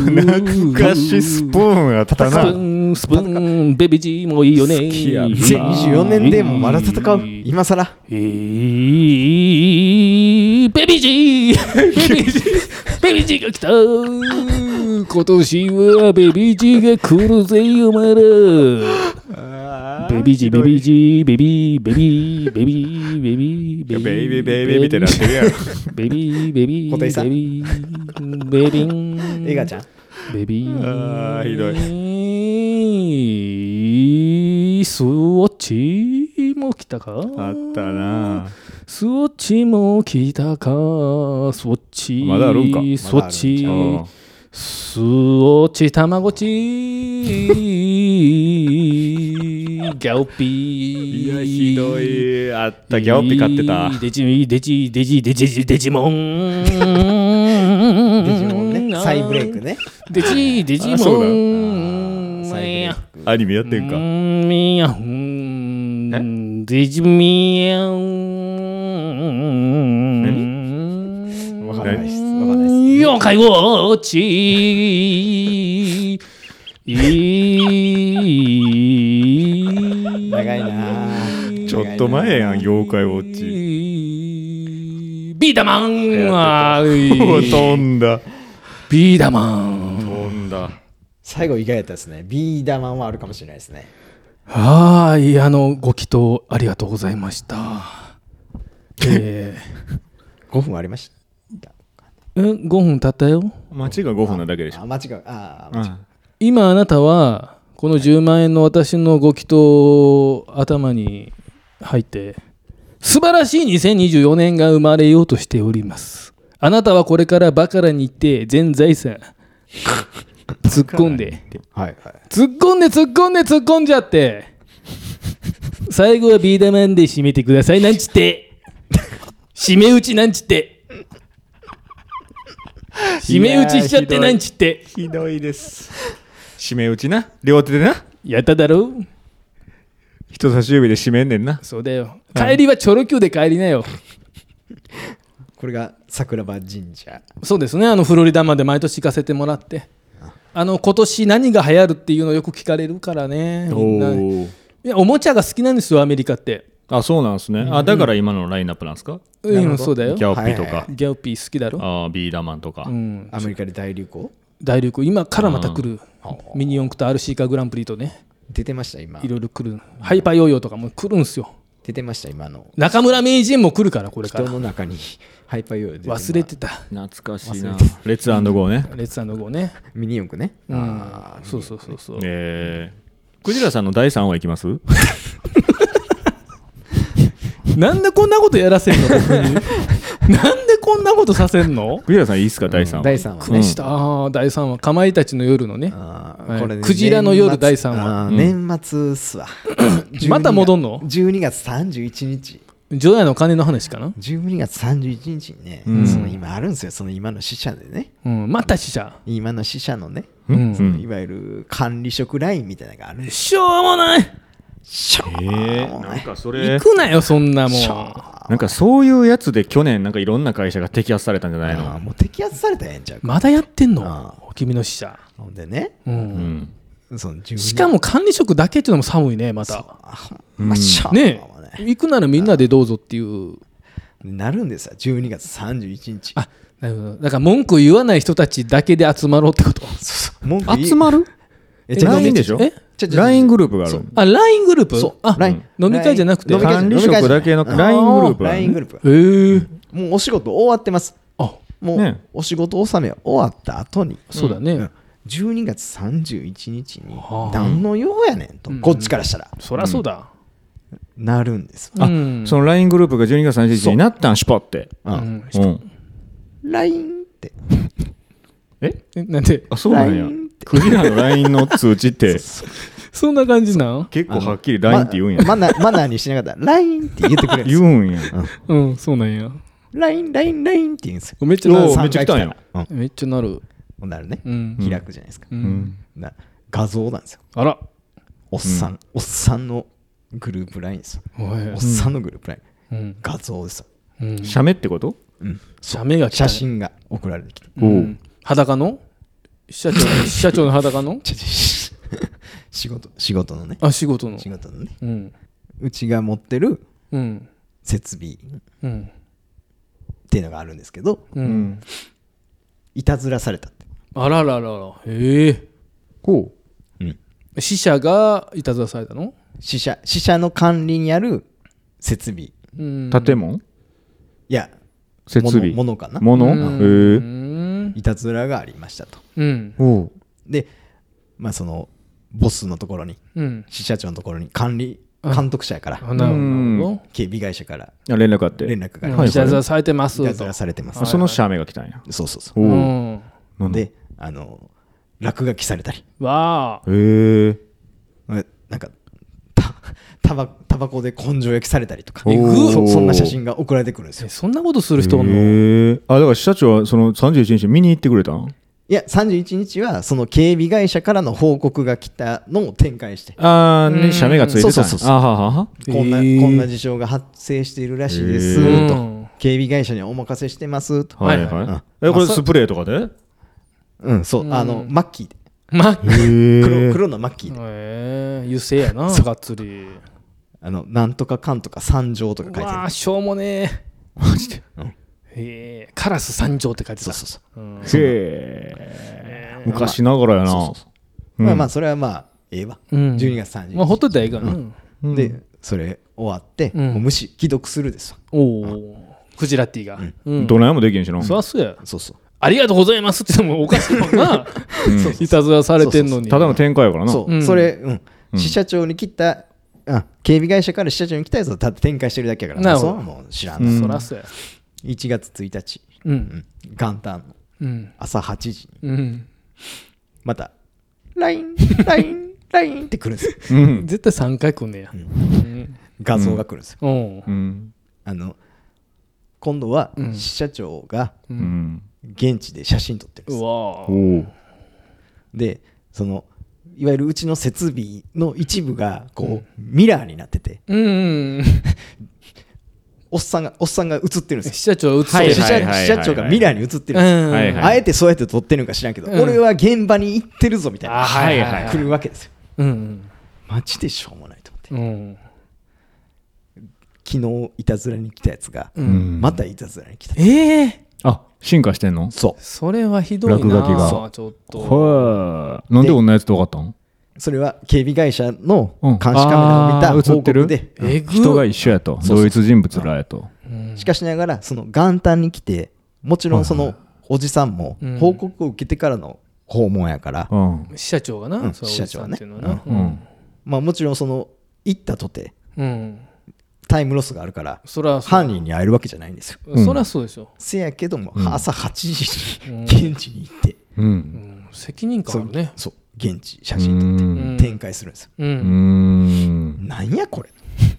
Speaker 3: 懐かしスプ
Speaker 2: ン
Speaker 3: ーンが立た
Speaker 2: スプ
Speaker 3: な。
Speaker 2: ーンスプーンベビー G もいいよね
Speaker 3: 好きやな
Speaker 1: 2024年でもまだ戦う今更
Speaker 2: えーベビー G! ベビー G!
Speaker 3: (laughs)
Speaker 2: ベビー G が来た今年はベビー G が来るぜ、お前らベビー G、ベビー G、ベビー、ベビー、ベビー、ベビー、ベビー、
Speaker 3: ベイビーベイビーみたいになってるやん。
Speaker 2: ベビー、ベビー、
Speaker 1: 小手さん
Speaker 2: ベビー、ベビー、
Speaker 1: 映画ちゃん
Speaker 2: ベビー。
Speaker 3: あーひど
Speaker 2: い。スウォッチも来たか
Speaker 3: あったな。
Speaker 2: スウォッチも来たかスウォッチ。
Speaker 3: まだあるんか
Speaker 2: スウォッチ。
Speaker 3: うん
Speaker 2: スウォッチ、たまごち。ギャオピー。
Speaker 3: いや、ひど。い。あった、ギャオピ買ってた。
Speaker 2: デジ、デジ、デジ、デジ、デジモン。デジ
Speaker 1: デジモンね再ブレイク。ね
Speaker 2: デジ、デジ
Speaker 3: あ
Speaker 2: モ
Speaker 3: そうだ
Speaker 2: ン。
Speaker 1: 再ブレイク
Speaker 3: アニメやってん
Speaker 2: う
Speaker 3: か。
Speaker 2: ーん、いや、うーん、デジミヤン。
Speaker 1: わかんないですわかんないです
Speaker 2: よ、介護ち。いい。
Speaker 1: 長いな
Speaker 3: ちょっと前やん、妖怪ウォッチ。
Speaker 2: ビーダマンは
Speaker 3: うわ飛んだ。
Speaker 2: ビーダマン。
Speaker 3: 飛んだ。
Speaker 1: 最後意外やったですねビーダーマンはあるかもしれないですね
Speaker 2: はい、あの、ご祈祷ありがとうございました。え
Speaker 1: (laughs) 5分ありまし
Speaker 2: ー、え5分経ったよ。
Speaker 3: 街が5分なだけでしたょ。
Speaker 1: あ間違うあー
Speaker 3: う
Speaker 1: 間違
Speaker 3: ん
Speaker 2: 今あなたは、この10万円の私のご祈祷を頭に入って、素晴らしい2024年が生まれようとしております。あなたはこれからバカラに行って全財 (laughs) 産突っ込んで。
Speaker 1: うはいはい
Speaker 2: 突っ込んで突っ込んで突っ込んじゃって最後はビーダマンで締めてくださいなんちって締め打ちなんちって締め打ちしちゃってなんちって
Speaker 3: ひどいです。締め打ちな。両手でな。
Speaker 2: やっただろ
Speaker 3: 人差し指で締めんねんな。
Speaker 2: そうだよ帰りはチョロ Q で帰りなよ
Speaker 1: これが桜庭神社
Speaker 2: そうですねあのフロリダまで毎年行かせてもらってあの今年何が流行るっていうのよく聞かれるからねみんない
Speaker 3: おお。
Speaker 2: やおもちゃが好きなんですよアメリカって
Speaker 3: あ、そうなんですね。あ、だから今のラインナップなんですか
Speaker 2: うんそうだ
Speaker 3: ギ
Speaker 2: よ
Speaker 3: ャオピーと
Speaker 1: はいは
Speaker 3: か、
Speaker 2: ギャオピー好きだろ
Speaker 3: あービーダーマンとか
Speaker 2: う。ん、
Speaker 1: アメリカで大流行
Speaker 2: 大流行今からまた来る、ミニ四駆と RC カーグランプリとね
Speaker 1: 出てました今
Speaker 2: いろいろ来るハイパーヨーヨーとかも来るんすよ
Speaker 1: 出てました今の
Speaker 2: 中村名人も来るからこれか
Speaker 1: 人
Speaker 2: ら
Speaker 1: の中にハイパーヨーヨー出てま
Speaker 2: 忘れてた
Speaker 3: 懐かしいな。レッツゴーね。
Speaker 2: レッツさんの号ね
Speaker 1: ミニ四駆ね
Speaker 2: うんそうそうそうそう、
Speaker 3: えー、クジラさんの第3話いきます
Speaker 2: なんでこんなことやらせんの僕になんでこんなことさせんの
Speaker 3: クジラさんいいっすか、第3話。
Speaker 1: 第3話
Speaker 2: でした、あー第3話かまいたちの夜のね
Speaker 1: あー
Speaker 2: はい
Speaker 1: これね
Speaker 2: クジラの夜
Speaker 1: 年末
Speaker 2: 第三話
Speaker 1: あー年末っすわ12
Speaker 2: (coughs) また戻んの
Speaker 1: 12月31日
Speaker 2: 除夜の鐘の話かな、
Speaker 1: 12月31日にね、
Speaker 3: うん
Speaker 1: その今あるんですよその今の死者でね
Speaker 2: うん、また死者
Speaker 1: 今の死者のね、
Speaker 2: う
Speaker 3: うんん
Speaker 1: いわゆる管理職ラインみたいなのがあるんです
Speaker 2: しょうもない
Speaker 1: しょう
Speaker 3: え
Speaker 1: も
Speaker 3: ー、
Speaker 1: な
Speaker 3: なん
Speaker 1: い
Speaker 3: かそれ
Speaker 2: 行、くなよそんなもん
Speaker 1: しょうもない
Speaker 3: なんかそういうやつで去年、なんかいろんな会社が摘発されたんじゃない
Speaker 1: あー
Speaker 3: の
Speaker 1: もう摘発されたらええんちゃうか、
Speaker 2: まだやってん
Speaker 1: あ
Speaker 2: の君の死者、
Speaker 1: ほんでね
Speaker 2: うん
Speaker 3: うん。
Speaker 1: その12
Speaker 2: しかも管理職だけっていうのも寒いねまた
Speaker 1: あほんましょうもない
Speaker 2: ねえ行くならみんなでどうぞっていう
Speaker 1: なるんですよ12月31日
Speaker 2: あなるほどだから文句言わない人たちだけで集まろうってこと
Speaker 1: 文句言い
Speaker 3: 集ま (laughs) る
Speaker 1: えちょ
Speaker 3: ?LINE でしょ
Speaker 2: え
Speaker 1: ちょちょ
Speaker 3: ?LINE グループがある。
Speaker 2: あ LINE グループ
Speaker 1: そう
Speaker 2: あ
Speaker 1: LINE
Speaker 2: 飲み会じゃなくて
Speaker 1: 飲み会
Speaker 3: 管理職だけの
Speaker 1: 飲み会じゃない
Speaker 3: LINE グループがあ
Speaker 1: LINE
Speaker 3: る
Speaker 1: グルー
Speaker 3: ね。
Speaker 1: プが
Speaker 2: えー、
Speaker 1: もうお仕事終わってます
Speaker 2: あ
Speaker 1: もう
Speaker 3: ね
Speaker 1: お仕事納め終わった後に
Speaker 2: そうだね、
Speaker 1: うん12月31日に
Speaker 2: はあ
Speaker 1: 何の用やねんとこっちからしたら
Speaker 2: そりゃそうだ、
Speaker 1: なるんです
Speaker 2: う
Speaker 1: よ
Speaker 2: ん
Speaker 3: その LINE グループが12月31日になったん、シュポって。
Speaker 1: う
Speaker 2: うんん
Speaker 3: うん。
Speaker 1: LINE って
Speaker 3: え
Speaker 2: えなんで
Speaker 3: あ、そうなんや
Speaker 1: LINE。
Speaker 3: クジラの LINE の通知って、
Speaker 2: そんな感じなん
Speaker 3: 結構はっきり LINE って言うんや。
Speaker 1: まマナーマナーにしなかったら LINE って言ってくれるんです
Speaker 3: 言
Speaker 1: よ
Speaker 3: うんや。
Speaker 2: うんそうなんや
Speaker 1: LINELINELINE って言うんですよ
Speaker 2: めっちゃな
Speaker 3: お
Speaker 2: る
Speaker 3: ー
Speaker 1: さ
Speaker 3: めっちゃ来たんや。
Speaker 1: うん
Speaker 2: めっちゃなる
Speaker 1: ほんなるね
Speaker 2: うん、
Speaker 1: 開くじゃないですか
Speaker 2: う、
Speaker 3: うんん
Speaker 1: な画像なんですよ
Speaker 2: あら
Speaker 1: おっさんおっさんのグループ LINE ですよ
Speaker 2: おい
Speaker 1: おっさんのグループ LINE
Speaker 2: うん
Speaker 1: 画像ですよ
Speaker 2: うん
Speaker 3: 写メってこと
Speaker 1: ううん
Speaker 2: 写メが来たね
Speaker 1: 写真が送られて (laughs) きた。
Speaker 2: う
Speaker 3: お
Speaker 2: ん
Speaker 3: う、
Speaker 2: 裸の社長社長の裸の
Speaker 1: ちょちょし仕事、仕事のね。
Speaker 2: あ仕事の
Speaker 1: 仕事のね。
Speaker 2: うん
Speaker 1: うちが持ってる
Speaker 2: うん
Speaker 1: 設備っ
Speaker 2: うん
Speaker 1: ていうのがあるんですけど、
Speaker 2: うん
Speaker 1: いたずらされたって。
Speaker 2: あららららへえ
Speaker 3: こ
Speaker 1: うん
Speaker 2: 死者がいたずらされたの
Speaker 1: 死者、死者の管理にある設備。いう
Speaker 3: う建物
Speaker 1: や、
Speaker 3: 設備
Speaker 1: ものものかな。
Speaker 3: 物
Speaker 2: う
Speaker 3: へえ
Speaker 2: ん
Speaker 1: いたずらがありましたと。
Speaker 2: うん
Speaker 3: おう
Speaker 1: で、まあその、ボスのところに、
Speaker 2: うん
Speaker 1: 支社長のところに管理、
Speaker 2: あ
Speaker 1: 監督者やか
Speaker 2: あ
Speaker 1: ら、
Speaker 2: なるほど
Speaker 3: うん
Speaker 2: なるほ
Speaker 1: 警備会社から
Speaker 3: あ連絡あって
Speaker 1: 連絡があり
Speaker 2: ど
Speaker 1: ま
Speaker 2: うん
Speaker 1: し
Speaker 2: いたずらされてま
Speaker 1: た。いた
Speaker 2: す
Speaker 1: ず
Speaker 2: と
Speaker 1: らされてます
Speaker 3: あ。その写メが来たんや
Speaker 1: そうそうそう
Speaker 3: お
Speaker 2: う
Speaker 3: うんなんだへ
Speaker 1: で、あの、落書きされたり、
Speaker 2: わあ
Speaker 3: え
Speaker 1: えなんか、たタバタバコで根性焼きされたりとか、
Speaker 3: えぐっ
Speaker 1: そそんな写真が送られてくるんです
Speaker 2: え
Speaker 1: よ。
Speaker 2: そんなことする人おんの
Speaker 3: へえあだから社長はその31日見に行ってくれたん
Speaker 1: いや、31日は、その警備会社からの報告が来たのを展開して、
Speaker 3: ああ
Speaker 2: うん
Speaker 3: ね写メがついてたんや
Speaker 1: そうそうそうそう
Speaker 3: あははは
Speaker 1: こんな、
Speaker 2: えー
Speaker 1: こんな事象が発生しているらしいです、
Speaker 3: え
Speaker 1: と、
Speaker 2: うん
Speaker 1: 警備会社にお任せしてます、と。
Speaker 3: はい
Speaker 2: はい
Speaker 1: は
Speaker 3: はいいえこ
Speaker 1: あ
Speaker 3: れ
Speaker 1: そう
Speaker 3: スプレーとかで
Speaker 1: うん、そう、あの、マッキーで、
Speaker 2: まあ
Speaker 1: 黒
Speaker 3: へ
Speaker 1: 黒のマッキーで、
Speaker 2: ええ油性やながっつり
Speaker 1: あの、なんとかかんとか三条とか書いてる。
Speaker 2: わあしょうもねえ
Speaker 3: マジで
Speaker 2: へえカラス三条って書いて
Speaker 1: そ
Speaker 2: た
Speaker 1: うそうそう。
Speaker 3: へえ昔ながらやな
Speaker 1: そうそうそうまあまあ、それはまあ、ええわ。
Speaker 2: うん
Speaker 1: 12月30日。
Speaker 2: まあほっといたらええからな
Speaker 3: うん
Speaker 1: で、それ終わって、
Speaker 2: うん
Speaker 1: もう無視、既読するですわ。
Speaker 2: おおクジラッティがうん
Speaker 3: どないもできんしな
Speaker 2: そりゃそうや
Speaker 1: そうそう。
Speaker 2: ありがとうございますって言ってもおかしいもんな
Speaker 3: うん
Speaker 2: いたずらされてんのに
Speaker 3: ただの展開やからな
Speaker 1: そう、
Speaker 2: うん
Speaker 1: それ、うん
Speaker 3: うん
Speaker 1: 支社長に切った、あ警備会社から支社長に来たやつをた展開してるだけやから、
Speaker 2: なるほ
Speaker 1: そ
Speaker 2: ど
Speaker 1: うはもう知らん
Speaker 3: う
Speaker 1: な、
Speaker 3: ん
Speaker 2: そらそうや
Speaker 1: 1月1日、
Speaker 2: う
Speaker 1: うんん、元旦の
Speaker 2: うん
Speaker 1: 朝8時に、
Speaker 2: うん
Speaker 1: また、LINE、LINE、LINE って来るんですよ。
Speaker 3: うん
Speaker 2: 絶対三回来んねやうん
Speaker 1: 画像が来るんですよ。
Speaker 2: おう
Speaker 3: うん
Speaker 1: あの今度は
Speaker 2: うん
Speaker 1: 支社長が
Speaker 3: うん
Speaker 1: 現地で写真撮ってるんです
Speaker 2: う
Speaker 1: よ。
Speaker 2: わあ
Speaker 3: おう
Speaker 1: で、その、いわゆるうちの設備の一部がこう、ミラーになってて
Speaker 2: うんうんうん
Speaker 1: おっさんがおっさんが映ってるんですよ
Speaker 2: 支社長映っ
Speaker 3: は
Speaker 2: て
Speaker 3: い
Speaker 1: 支社支社長がミラーに映ってるんですよ
Speaker 2: うん
Speaker 3: はいはい
Speaker 1: あえてそうやって撮ってるんか知らんけど、
Speaker 2: うん
Speaker 1: 俺は現場に行ってるぞみたい
Speaker 2: あ
Speaker 1: な、
Speaker 2: はいはいはい
Speaker 1: 来るわけですよ。
Speaker 2: うん
Speaker 1: マジでしょうもないと思って、
Speaker 2: うん
Speaker 1: 昨日いたずらに来たやつが、
Speaker 3: うん
Speaker 1: またいたずらに来た。
Speaker 2: ええ
Speaker 3: あ進化してんの
Speaker 1: そ
Speaker 2: それはひどい
Speaker 3: 落書きが
Speaker 2: なちょっと
Speaker 3: はいなんで同じやつと分かったん
Speaker 1: う、それは警備会社の
Speaker 3: うん
Speaker 1: 監視カメラを見た
Speaker 3: あー
Speaker 1: 報
Speaker 3: 映ってる
Speaker 1: 告で、
Speaker 2: えぐ
Speaker 3: 人が一緒やと
Speaker 1: そうそう
Speaker 3: 同一人物らやと
Speaker 2: うん
Speaker 1: しかしながら、その元旦に来て、もちろんそのおじさんも
Speaker 2: うん
Speaker 1: 報告を受けてからの訪問やから、
Speaker 3: うん
Speaker 2: 支社長が
Speaker 1: う
Speaker 2: なんそうおじさんっていうのはな
Speaker 1: 支
Speaker 3: う
Speaker 2: うん
Speaker 3: ん
Speaker 1: まあもちろんその行ったとて
Speaker 2: うん
Speaker 1: タイムロスがあるから、
Speaker 2: そらそう
Speaker 1: 犯人に会えるわけじゃないんですよ。
Speaker 3: うん
Speaker 2: そらそうでしょ
Speaker 1: せやけども、
Speaker 3: うん
Speaker 1: 朝8時
Speaker 2: うん
Speaker 1: に現地に行って、
Speaker 3: う
Speaker 2: うんん責任感あるね
Speaker 1: そう現地
Speaker 3: う
Speaker 1: 写真撮って
Speaker 3: ん
Speaker 1: 展開するんですよ、
Speaker 2: う
Speaker 3: うんん
Speaker 1: なんやこれ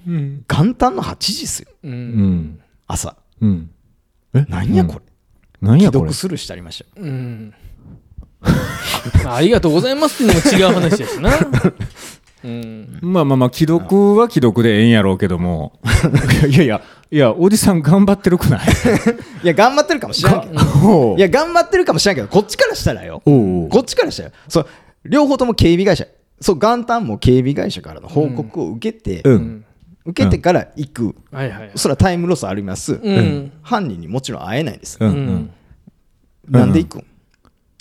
Speaker 2: うん
Speaker 1: 元旦の8時ですよ
Speaker 2: う
Speaker 3: うんん
Speaker 1: 朝
Speaker 3: うんえ
Speaker 1: なんやこれ、
Speaker 3: 何や
Speaker 1: 既
Speaker 3: これ
Speaker 1: 読するしてありましたよ
Speaker 2: うんありがとうございますっていうのも違う話やしなうん
Speaker 3: まあまあまあ既読は既読でええんやろうけども (laughs) いやいやいやおじさん頑張ってるくない
Speaker 1: いや頑張ってるかもしれんけど
Speaker 3: (laughs) おう
Speaker 1: いや頑張ってるかもしれんけどこっちからしたらよ
Speaker 3: おう
Speaker 1: こっちからしたらよそう両方とも警備会社そう元旦も警備会社からの報告を受けて、
Speaker 3: う
Speaker 2: うんん
Speaker 1: 受けてから行く、
Speaker 2: はいはい
Speaker 1: それはタイムロスあります、
Speaker 2: うん
Speaker 1: 犯人にもちろん会えないです、
Speaker 3: うんう
Speaker 2: うんん
Speaker 1: なんで行くん、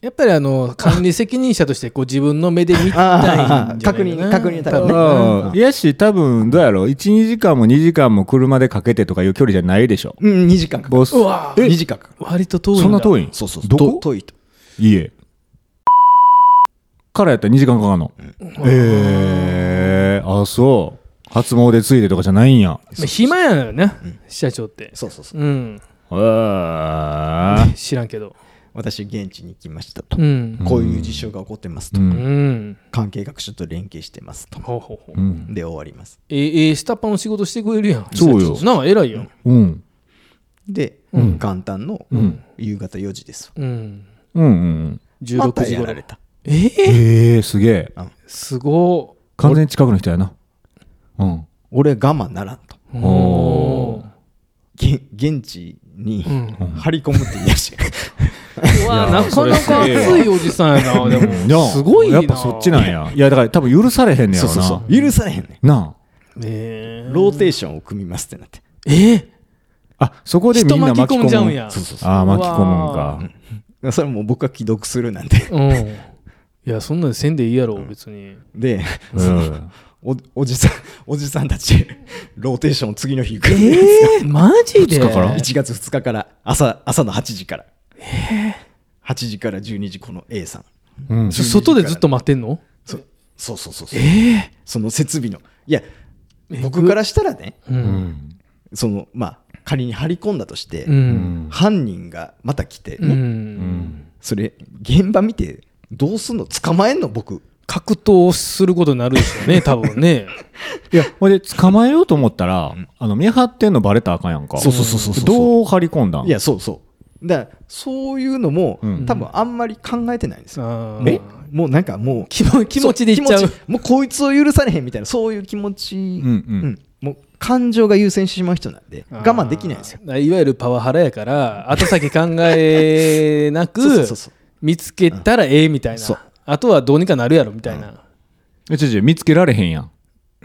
Speaker 2: やっぱりあ
Speaker 3: (laughs)
Speaker 2: の管理責任者としてこう自分の目で見たいんじゃないかな
Speaker 1: あー確認確認のためにね
Speaker 3: ああいやし多分どうやろう12時間も2時間も車でかけてとかいう距離じゃないでしょ
Speaker 1: うん、2時間かかる
Speaker 3: ボス
Speaker 2: うわ
Speaker 1: 2時間かかる
Speaker 2: 割と遠いんだ
Speaker 3: そんな遠いん
Speaker 1: そうそうそう
Speaker 3: どこと
Speaker 1: 遠いと
Speaker 3: 家からやったら2時間かかるのええあそう初詣ついでとかじゃないんや
Speaker 2: まあ暇やのよね社長って
Speaker 1: そうそうそう
Speaker 2: うん
Speaker 3: ああ
Speaker 2: 知らんけど
Speaker 1: 私現地に行きましたと、
Speaker 2: うん
Speaker 1: こういう事象が起こってますと、
Speaker 3: う
Speaker 2: うんん
Speaker 1: 関係各所と連携してますと、
Speaker 2: ほうほうほう
Speaker 3: うん
Speaker 1: で終わります
Speaker 2: ええええ下っ端の仕事してくれるやん
Speaker 3: そうよ
Speaker 2: 社長なあ偉いやん
Speaker 3: うん
Speaker 1: で、元旦の
Speaker 3: うん
Speaker 1: 夕方4時ですわ、
Speaker 2: うん
Speaker 3: うんうん
Speaker 1: ま
Speaker 2: 16
Speaker 1: た
Speaker 2: 時
Speaker 1: や
Speaker 2: 頃
Speaker 1: られた
Speaker 2: ええ
Speaker 3: ええすげえ
Speaker 2: すご
Speaker 3: 完全に近くの人やなうん
Speaker 1: 俺我慢ならんと
Speaker 2: い
Speaker 3: おー
Speaker 1: 警げ現地に
Speaker 2: うん
Speaker 1: 張り込むって言い出して
Speaker 2: うわなかなか
Speaker 3: それすげ
Speaker 2: 熱いおじさんやなでもすごいな
Speaker 3: やっぱそっちなんやいやだから多分許されへんねや
Speaker 1: そう
Speaker 3: ろ
Speaker 1: そうそ
Speaker 3: な
Speaker 1: う許されへんね
Speaker 3: な
Speaker 2: ねえ
Speaker 1: ローテーションを組みますってなって
Speaker 2: え
Speaker 3: ああそこでみんな巻き
Speaker 2: 人巻き込
Speaker 3: 込む
Speaker 2: んじゃうんや
Speaker 3: そうそうそうああ巻き込むんか
Speaker 1: それはもう僕は既読するなんて
Speaker 2: うんいやそんなんせんでいいやろ別に
Speaker 1: で
Speaker 3: うん
Speaker 1: (laughs) おおじさんおじさんたちローテーションを次の日行くん
Speaker 2: え
Speaker 1: ですよ、
Speaker 2: えマジで
Speaker 3: 二日から
Speaker 1: 1月2日から朝朝の8時から、8時から12時この A さん
Speaker 3: うん
Speaker 2: そ外でずっと待ってんの
Speaker 1: そそうそうそうそう、その設備のいや僕からしたらね
Speaker 2: う
Speaker 3: うんん
Speaker 1: そのまあ仮に張り込んだとして、
Speaker 2: うん
Speaker 1: 犯人がまた来て、
Speaker 2: う
Speaker 1: ね
Speaker 2: ん
Speaker 1: それ現場見てどうすんの捕まえんの僕
Speaker 2: 格闘することになるでしょう
Speaker 1: (laughs)
Speaker 2: ね多分ね
Speaker 3: いやほいで捕まえようと思ったらあの見張ってんのバレたらあかんやんか
Speaker 1: そうそうそうそうそう
Speaker 3: どう張り込んだん
Speaker 1: いやそうそうだからそういうのも、
Speaker 3: うん
Speaker 1: 多分あんまり考えてないんですよ、
Speaker 2: あ
Speaker 1: えもうなんかもう
Speaker 2: 気持気持ちでいっちゃう
Speaker 1: そ気持ちもうこいつを許されへんみたいなそういう気持ち、
Speaker 3: うんうん
Speaker 1: もう感情が優先してしまう人なんで
Speaker 2: あー
Speaker 1: 我慢できないんですよ
Speaker 2: だからいわゆるパワハラやから後先考えなく
Speaker 1: そうそうそう
Speaker 2: 見つけたらええみたいな、
Speaker 1: そう
Speaker 2: あとはどうにかなるやろみたいな、
Speaker 3: えちょちょ見つけられへんやん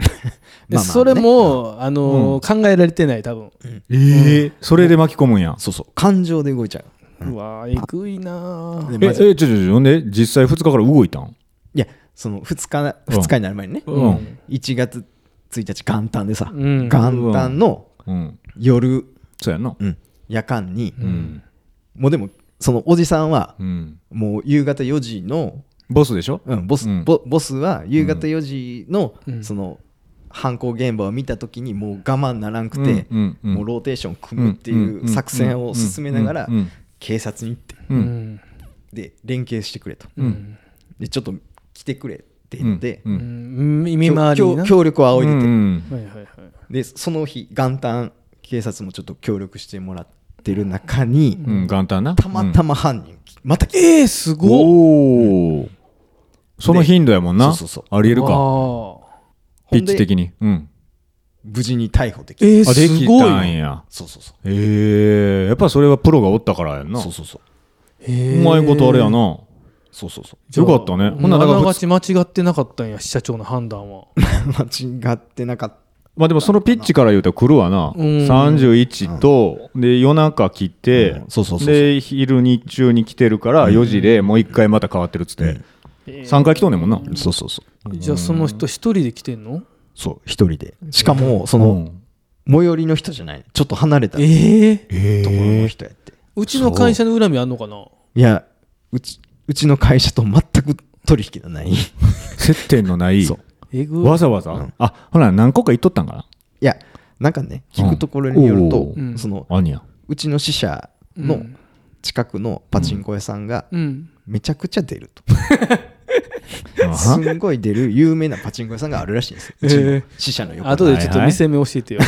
Speaker 2: で
Speaker 1: まあまあね
Speaker 2: それも、あのー考えられてない多分、
Speaker 3: ええそれで巻き込むんやん
Speaker 1: そうそう感情で動いちゃう
Speaker 2: うわーえぐいなー
Speaker 1: で
Speaker 3: え
Speaker 1: ま
Speaker 3: え
Speaker 1: ず
Speaker 3: ちょちょちょほんで実際2日から動いたん
Speaker 1: いやその2日
Speaker 3: うん
Speaker 1: 2日になる前にね、
Speaker 3: う
Speaker 1: 1月1日元旦でさ、
Speaker 2: うん
Speaker 1: 元旦の
Speaker 3: うん
Speaker 1: 夜、
Speaker 3: そうやんな
Speaker 1: うん夜間に、
Speaker 3: うん
Speaker 1: もうでもそのおじさんは
Speaker 3: うん
Speaker 1: もう夕方4時の、
Speaker 3: ボスでしょ
Speaker 1: うんボス
Speaker 3: うん
Speaker 1: ボボスは夕方4時の、
Speaker 2: うん
Speaker 1: その犯行現場を見た時にもう我慢ならんくて、
Speaker 3: うんうんうん
Speaker 1: もうローテーション組むっていう作戦を進めながら
Speaker 3: うんうん
Speaker 1: 警察に行って
Speaker 3: う
Speaker 2: うんん
Speaker 1: で連携してくれと
Speaker 3: うん
Speaker 1: でちょっと来てくれって言って
Speaker 3: うん
Speaker 2: うん
Speaker 1: き
Speaker 2: 耳
Speaker 1: ょ
Speaker 2: 回りに
Speaker 1: 協
Speaker 2: な
Speaker 1: 協力を仰いでて、
Speaker 3: うん
Speaker 2: はいはいはい
Speaker 1: でその日元旦警察もちょっと協力してもらってる中に、
Speaker 3: うん元旦な
Speaker 1: たまた
Speaker 3: ま
Speaker 1: ま犯人きまた来て、
Speaker 2: えー、すごっ
Speaker 3: おおその頻度やもんな
Speaker 1: でそうそう
Speaker 3: ありえるか
Speaker 2: わ
Speaker 1: ほ
Speaker 3: ピ
Speaker 1: ん
Speaker 3: ッチ
Speaker 1: で
Speaker 3: 的にうん
Speaker 1: 無事に逮捕でき
Speaker 2: ー
Speaker 1: た、
Speaker 2: えー、
Speaker 3: あですき
Speaker 2: ごい
Speaker 3: たんや
Speaker 1: そうそうそう
Speaker 3: ええやっぱそれはプロがおったからやんな
Speaker 1: そうそうそう (laughs)
Speaker 3: う
Speaker 2: えー
Speaker 3: まいことあれやな
Speaker 1: そうそうそう
Speaker 2: じゃあ
Speaker 3: よかったねほんならだから
Speaker 2: あながち間違ってなかったんや社長の判断は
Speaker 1: 間違ってなかっ
Speaker 3: まあでもそのピッチから言うと来るわな
Speaker 2: うん
Speaker 3: 31とで夜中来て
Speaker 1: うんそうそうそうそう
Speaker 3: で昼日中に来てるから4時でもう1回また変わってるっつって3回来とんねんもんな
Speaker 1: たそうそうそう
Speaker 2: じゃあその人一人で来てんの
Speaker 1: そう一人でしかもそうの
Speaker 3: ん
Speaker 1: 最寄りの人じゃないちょっと離れたとこ
Speaker 2: ええ
Speaker 1: ろの人やって、
Speaker 2: うちの会社の恨みあんのかない
Speaker 1: やうちうちの会社と全く取引のない (laughs) い
Speaker 3: 接点のない
Speaker 1: そう
Speaker 2: えぐ
Speaker 3: わざわざ、
Speaker 1: うん
Speaker 3: あほら何個か行っとったんか
Speaker 1: やなんかね聞くところによると、
Speaker 2: うんおー
Speaker 1: その
Speaker 3: なあんねや
Speaker 1: うちの支社
Speaker 2: う
Speaker 1: の
Speaker 2: ん
Speaker 1: 近くのパチンコ屋さんが
Speaker 2: うん
Speaker 1: めちゃくちゃ出ると、(laughs)
Speaker 3: あ
Speaker 1: す
Speaker 3: は
Speaker 1: んごい出る有名なパチンコ屋さんがあるらしいんです
Speaker 2: (laughs)
Speaker 1: よ、
Speaker 2: え
Speaker 1: うちの
Speaker 2: ー
Speaker 1: 支社の横に
Speaker 2: あとでちょっと店名教えてよ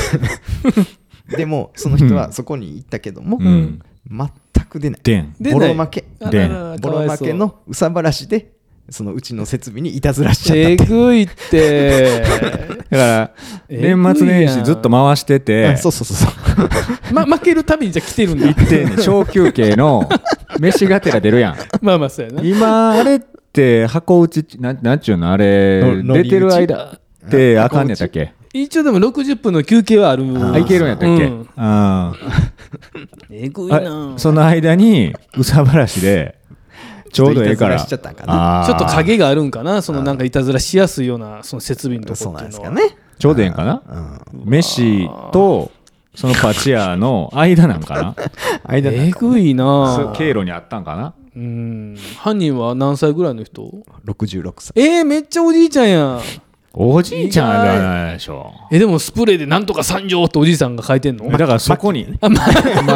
Speaker 1: でもその人はそこに行ったけども、
Speaker 3: うん
Speaker 1: 全く出ない
Speaker 3: でん
Speaker 2: 出
Speaker 1: ボ
Speaker 2: ない
Speaker 1: ロ負け
Speaker 2: あ
Speaker 3: で
Speaker 2: ららら
Speaker 1: ボ
Speaker 2: か
Speaker 1: ロ
Speaker 2: わい
Speaker 1: 負
Speaker 2: そう
Speaker 1: けの憂さ晴らしでそのうちの設備にいたずらしちゃ
Speaker 2: え
Speaker 1: ったって、
Speaker 2: ぐいって
Speaker 3: だから
Speaker 2: えぐいやん
Speaker 3: 年末年始ずっと回して
Speaker 1: あ
Speaker 3: て
Speaker 1: そうそうそうそう
Speaker 2: ま負けるたびにじゃあ来てるんだ
Speaker 3: 行ってんねん小休
Speaker 1: (laughs)
Speaker 3: 憩の飯がてら出るやん
Speaker 2: まあまあそうやな
Speaker 3: 今あれって箱打ちなんなんちゅうのあれ
Speaker 1: の
Speaker 3: 出てる間ってあかんねやったっけ
Speaker 2: 一応でも60分の休憩はある
Speaker 3: あいけるんやったっけ、
Speaker 2: うん
Speaker 3: あ
Speaker 2: えぐいな
Speaker 3: あその間に憂さ晴らしでちょうどええから
Speaker 1: ちょっといたずらしちゃったんかな
Speaker 3: あー
Speaker 2: ちょっと影があるんかなそのなんかいたずらしやすいようなその設備のとこ
Speaker 1: そう
Speaker 2: っ
Speaker 1: な
Speaker 2: て
Speaker 1: ん
Speaker 2: い
Speaker 1: で
Speaker 2: う
Speaker 1: す
Speaker 2: の
Speaker 1: か
Speaker 2: は
Speaker 1: ね、
Speaker 3: ちょうどええんかな
Speaker 1: うん、
Speaker 3: 飯とそのパチ屋の間なんかな
Speaker 1: 間
Speaker 2: えぐい
Speaker 3: そう
Speaker 2: な
Speaker 3: 経路にあったんかな
Speaker 2: うん犯人は何歳ぐらいの人
Speaker 1: 66歳
Speaker 2: えー、めっちゃおじいちゃんやん
Speaker 3: おじいちゃんじゃないでしょ
Speaker 2: えでもスプレーでなんとか参上っておじいさんが書いてんの
Speaker 3: だからそこに
Speaker 2: あま
Speaker 3: マ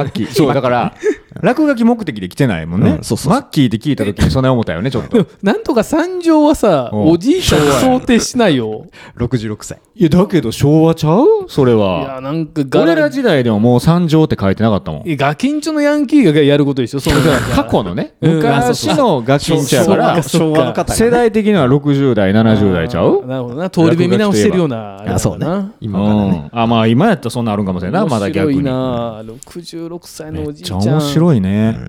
Speaker 3: ッキーそうだから落書き目的で来てないもんね、
Speaker 1: うんそうそうそう
Speaker 3: マッキーって聞いた時にそんな思ったよねちょっと
Speaker 2: でもなんとか三条はさ
Speaker 3: うん
Speaker 2: おじいちゃん想定しないよ
Speaker 1: 66歳
Speaker 3: いやだけど昭和ちゃうそれ
Speaker 2: い
Speaker 3: は
Speaker 2: やなんかガ
Speaker 3: 俺
Speaker 2: ラ
Speaker 3: ら時代でももう三条って書いてなかったもん
Speaker 2: ガキンチョのヤンキーがやることでしょその
Speaker 3: 過去のね
Speaker 2: うんあそうそ
Speaker 3: 昔
Speaker 2: う
Speaker 3: のガキンチョやか
Speaker 2: そうそっか
Speaker 3: ら
Speaker 1: 昭和の方がね
Speaker 3: (laughs) 世代的には60代70代ちゃ
Speaker 2: あ
Speaker 3: う
Speaker 2: ーなるほどな通り部見直してるようなれだな
Speaker 1: あそうね今から
Speaker 3: う
Speaker 1: ね
Speaker 3: んあまあ今やったらそんなんあるんかもしれんないなまだ逆に
Speaker 2: 面白いな66歳の
Speaker 3: め
Speaker 2: お
Speaker 3: っ
Speaker 2: じい
Speaker 3: ち
Speaker 2: ち
Speaker 3: ゃ
Speaker 2: ゃん
Speaker 3: 面白いね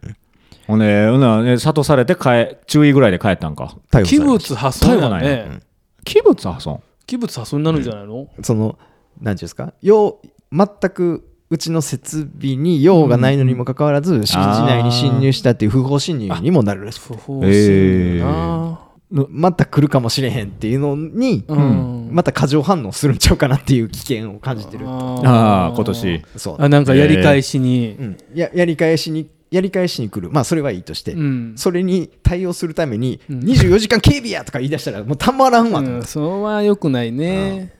Speaker 3: ほんでほなね諭されて帰注意ぐらいで帰ったんか
Speaker 1: 逮捕
Speaker 2: 器
Speaker 1: されまし
Speaker 2: 物破損や
Speaker 3: 逮捕なん
Speaker 2: ね
Speaker 3: 器物破損
Speaker 2: 器物破損になるんじゃないの
Speaker 1: たその何ていうんですかよう全くうちの設備に用がないのにもかかわらず敷地内に侵入したっていう不法侵入にもなるらしい
Speaker 2: 不法侵入な
Speaker 1: また来るかもしれへんっていうのに、
Speaker 2: うん
Speaker 1: また過剰反応するんちゃうかなっていう危険を感じてる
Speaker 3: ああ今年
Speaker 1: そう
Speaker 2: あなんかやり返しに
Speaker 1: うん、ややり返しにやり返しに来るまあそれはいいとして、
Speaker 2: うん
Speaker 1: それに対応するために
Speaker 2: うん
Speaker 1: 24時間警備やとか言い出したらもうたまらんわと思
Speaker 2: う
Speaker 1: っ
Speaker 2: ん
Speaker 1: て、
Speaker 2: それは良くないね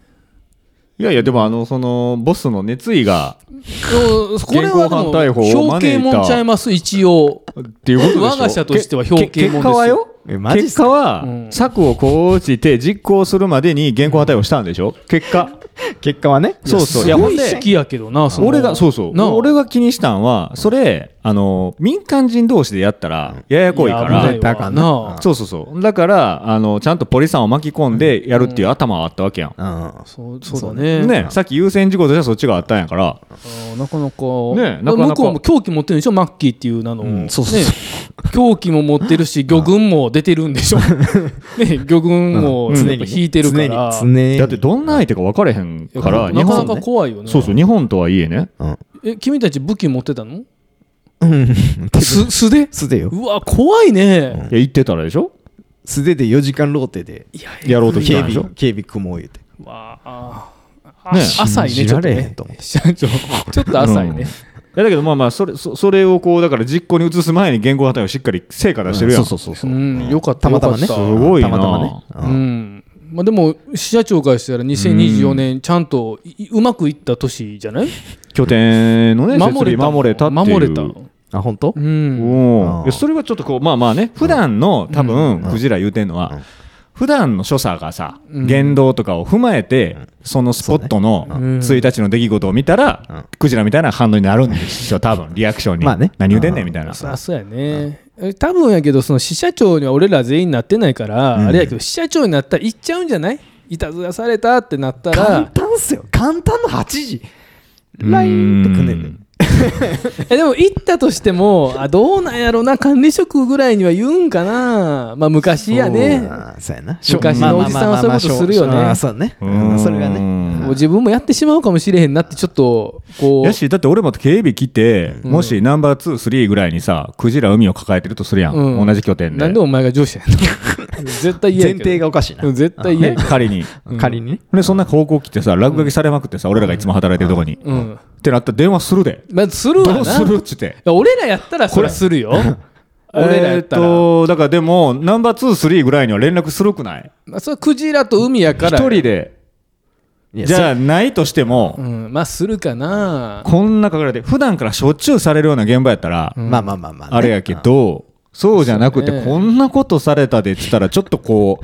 Speaker 3: いやいやでもあのそのボスの熱意が
Speaker 2: そうこれはでも
Speaker 3: 現行犯逮捕
Speaker 2: 表
Speaker 3: を招い
Speaker 2: 敬
Speaker 3: た
Speaker 2: もんちゃいます一応
Speaker 3: っていうことでしょ
Speaker 2: 我が社としては表敬もんですよ
Speaker 3: け結果はよ
Speaker 1: えマジっ
Speaker 3: 結
Speaker 1: すか
Speaker 3: 果は
Speaker 2: うん
Speaker 3: 策をこう打ちて実行するまでに現行犯逮捕したんでしょ結果
Speaker 1: 結果はね
Speaker 3: そうそう
Speaker 2: す
Speaker 3: いや
Speaker 2: ご
Speaker 3: ほん
Speaker 2: い
Speaker 3: で
Speaker 2: 好きやけどなその
Speaker 3: 俺がそうそう
Speaker 2: なあ
Speaker 3: 俺が気にしたんはそれあの民間人同士でやったらややこいか
Speaker 2: いや危
Speaker 3: ら
Speaker 2: ない
Speaker 1: だから
Speaker 2: な
Speaker 1: うん
Speaker 3: そうそうそうだからあのちゃんとポリさんを巻き込んでやるっていう頭はあったわけやん
Speaker 1: うん
Speaker 2: そうそうだね
Speaker 3: ねさっき優先事項としてはそっちがあったんやから
Speaker 2: あーなかなか
Speaker 3: ねなか
Speaker 2: 向
Speaker 3: なか
Speaker 2: こうも狂気持ってるんでしょマッキーっていう名の、
Speaker 1: んそうそうそう
Speaker 2: ね、狂気も持ってるし魚群も出てるんでしょ、ね、魚群も
Speaker 1: 常
Speaker 2: やっ
Speaker 1: に
Speaker 2: ぱ引いてるから、
Speaker 1: 常に常に
Speaker 3: だってどんな相手か分かれへん
Speaker 2: いや
Speaker 3: から日
Speaker 2: なかなか
Speaker 3: 本
Speaker 2: 怖いよね
Speaker 3: そうそう日本とはいえね
Speaker 1: うん
Speaker 2: え君たち武器持ってたの
Speaker 1: 手ぶ
Speaker 2: 素素で
Speaker 1: 素手よ
Speaker 2: うわ怖いね、
Speaker 3: いや言ってたらでしょ
Speaker 1: 素手で4時間ローテで
Speaker 2: い
Speaker 3: やろうとし
Speaker 1: 警
Speaker 3: たんでしょ
Speaker 1: 備警備組もう言うて
Speaker 2: うわああ
Speaker 3: ね
Speaker 2: 浅いね
Speaker 1: 信
Speaker 2: ち
Speaker 1: じ
Speaker 2: ょ
Speaker 1: ら
Speaker 2: っと
Speaker 1: れへん
Speaker 2: ね
Speaker 1: と思って
Speaker 2: ちょっと浅いね、
Speaker 3: いやだけどまあまあそれそそれをこうだから実行に移す前に現行犯逮捕しっかり成果出してるやん、
Speaker 1: うんそうそうそう
Speaker 2: う、
Speaker 1: そうん
Speaker 2: よかった
Speaker 1: たまたまね
Speaker 2: よかった
Speaker 3: すごいな
Speaker 1: たまたまねう
Speaker 2: うんんまあ、でも支社長からしたら2024年ちゃんというまくいった年じゃない
Speaker 3: 拠点のね設備守れたっていう
Speaker 2: 守れた、
Speaker 1: あ本当
Speaker 2: うん、
Speaker 3: お
Speaker 1: うん
Speaker 3: お、いやそれはちょっとこうまあまあね普段の多分クジラ言うてんのは、普段の所作がさ、言動とかを踏まえて、そのスポットの
Speaker 2: ん
Speaker 3: 1日の出来事を見たら、
Speaker 1: うん
Speaker 3: クジラみたいな反応になるんですよ多分リアクションに、
Speaker 1: まあね
Speaker 3: 何言うてんねんみたいな、
Speaker 2: そりゃそうやねえ多分やけどその支社長には俺ら全員なってないから、
Speaker 1: うん
Speaker 2: あれやけど支社長になったら行っちゃうんじゃないいたずらされたってなった
Speaker 1: 簡
Speaker 2: ら
Speaker 1: 単っすよ簡単の8時
Speaker 3: ん
Speaker 1: LINE とかね
Speaker 2: えでも行ったとしてもあどうなんやろな管理職ぐらいには言うんかなまあ昔やね
Speaker 1: うんそうやな
Speaker 2: 昔のおじさんはそういうことするよね
Speaker 1: まあまあまあまあそうねうんそれがね
Speaker 2: もう自分もやってしまうかもしれへんなってちょっとこう
Speaker 3: やしだって俺も警備来て、もしナンバー23ぐらいにさクジラ海を抱えてるとするやん、
Speaker 2: うん
Speaker 3: 同じ拠点で
Speaker 2: なんでお前が上司やねん絶対嫌
Speaker 1: 前
Speaker 2: やけど
Speaker 1: 提がおかしいな
Speaker 2: うん絶対嫌
Speaker 3: ね
Speaker 2: やけど
Speaker 3: 仮に
Speaker 1: 仮にね
Speaker 3: でそんな高校来てさ落書きされまくってさ、俺らがいつも働いてるとこに、
Speaker 2: うん
Speaker 3: ってなったら電話するで、
Speaker 2: まあするわな
Speaker 3: どうするっつって
Speaker 2: いや俺らやったらそれするよ (laughs) 俺らやったら、
Speaker 3: えーっとだからでもナンバー23ぐらいには連絡するくない
Speaker 2: まあ、それはクジラと海やか
Speaker 3: 一
Speaker 2: ら
Speaker 3: 人で
Speaker 1: いや
Speaker 3: じゃ
Speaker 1: そ
Speaker 3: あないとして
Speaker 2: う
Speaker 3: も、
Speaker 2: んまあするかな
Speaker 3: こんな書かれて普段からしょっちゅうされるような現場やったら、
Speaker 1: うまあまあまあまあね
Speaker 3: あれやけど、そうじゃなくて、
Speaker 2: そうね
Speaker 3: こんなことされたでって言ったらちょっとこ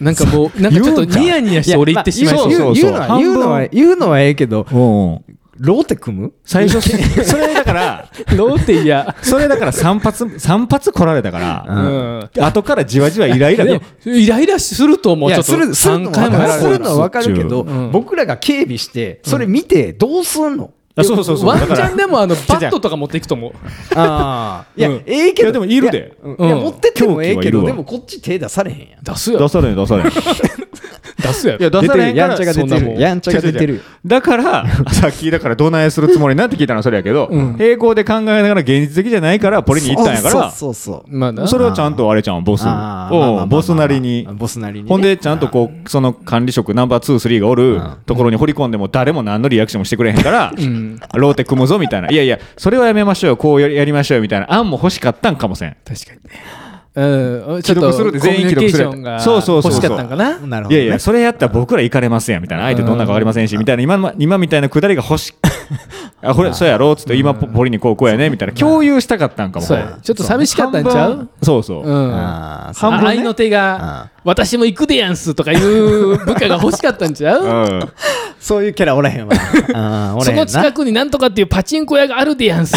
Speaker 3: う
Speaker 2: なんかもうなんかちょっと
Speaker 3: 言うんか
Speaker 2: ニヤニヤして俺言ってしまい
Speaker 3: そ
Speaker 2: そうう
Speaker 1: いやまあ言う
Speaker 3: そ
Speaker 1: 言う
Speaker 3: うそう
Speaker 1: のは言うのは言うのはええけど
Speaker 3: うんうん
Speaker 1: ローテ組む
Speaker 3: 最初 (laughs) それだから
Speaker 2: ローテイヤ
Speaker 3: それだから3発三発来られたから、
Speaker 2: うん
Speaker 3: 後からじわじわイライラ
Speaker 2: で
Speaker 3: で
Speaker 2: もイライラすると思う
Speaker 1: い
Speaker 2: ちょ
Speaker 1: や
Speaker 2: っと
Speaker 1: するするの
Speaker 2: 3
Speaker 1: は
Speaker 2: 回もやら
Speaker 1: す
Speaker 2: れ
Speaker 1: る
Speaker 2: る
Speaker 1: のはわかるけど
Speaker 2: うん
Speaker 1: 僕らが警備してそれ見てどうすんの
Speaker 3: あそうそうそう
Speaker 2: ワン
Speaker 3: だ
Speaker 2: チ
Speaker 3: から
Speaker 2: ャンでもあのバ
Speaker 3: 違う違
Speaker 2: ッ
Speaker 3: う
Speaker 2: トとか持っていくと思う
Speaker 1: ああいや
Speaker 2: うん
Speaker 1: ええけ
Speaker 3: い
Speaker 1: ど
Speaker 3: やでもいるで
Speaker 1: やうんいや
Speaker 2: うん
Speaker 1: 持ってってもええけ
Speaker 3: 狂気はいる
Speaker 1: ど
Speaker 3: わ
Speaker 1: でもこっち手出されへんやん
Speaker 2: 出す
Speaker 3: 出
Speaker 2: よ
Speaker 3: されん出されん
Speaker 2: 出すよ
Speaker 3: いや出されへんから
Speaker 1: やんちゃが
Speaker 3: そ
Speaker 1: 出
Speaker 3: んな
Speaker 1: て
Speaker 3: もん
Speaker 1: るやんちゃが出てる
Speaker 3: だから、 (laughs) さっきだからどないするつもりなんて聞いたのはそれやけど、並行で考えながら現実的じゃないから、ポリに行ったんやから、
Speaker 1: そうそうそう
Speaker 2: まあな
Speaker 3: それをちゃんとあれちゃん、ボス
Speaker 1: あーまあまあまあま
Speaker 3: を、
Speaker 1: あ
Speaker 3: ボスなりに。
Speaker 1: ボスなりにね
Speaker 3: ほんで、ちゃんとこう、その管理職ナンバー2、3がおる
Speaker 1: ん
Speaker 3: ところに掘り込んでも誰も何のリアクションもしてくれへんから、ローテ組むぞみたいな。いやいや、それはやめましょうよ、こうやりやりましょうよみたいな案も欲しかったんかもせん。
Speaker 2: 確かにねうん、ちょっ
Speaker 3: 既
Speaker 2: と
Speaker 3: 読
Speaker 2: コ
Speaker 3: す
Speaker 2: ミュニ
Speaker 3: るで全員既
Speaker 2: ケー
Speaker 3: 読
Speaker 2: シ
Speaker 3: する
Speaker 2: ョンが
Speaker 5: そうそうそう
Speaker 2: 欲しかったんかな。
Speaker 1: なるほど、
Speaker 5: いやいや、それやったら僕ら行かれますやんみたいな、相手どんなんか分かりませんし、みたいな、今の今みたいなくだりが欲
Speaker 2: (laughs)
Speaker 5: しあ、これ、そうやろっつって、今、ポポリにこうこうやねみたいな、共有したかったんかも。
Speaker 2: そうやちょっと寂しかったんちゃう
Speaker 5: そうそうう。
Speaker 2: ん。
Speaker 1: あー
Speaker 2: あ
Speaker 1: 半分ね
Speaker 2: 愛の手
Speaker 1: うん
Speaker 2: が、私も行くでやんすとかいう部下が欲しかったんちゃ
Speaker 5: う
Speaker 3: (laughs)
Speaker 2: う、
Speaker 5: ん。
Speaker 1: そういうキャラおらへんわあーおら
Speaker 2: そ
Speaker 1: へんな
Speaker 2: の近くになんとかっていうパチンコ屋があるでやんす。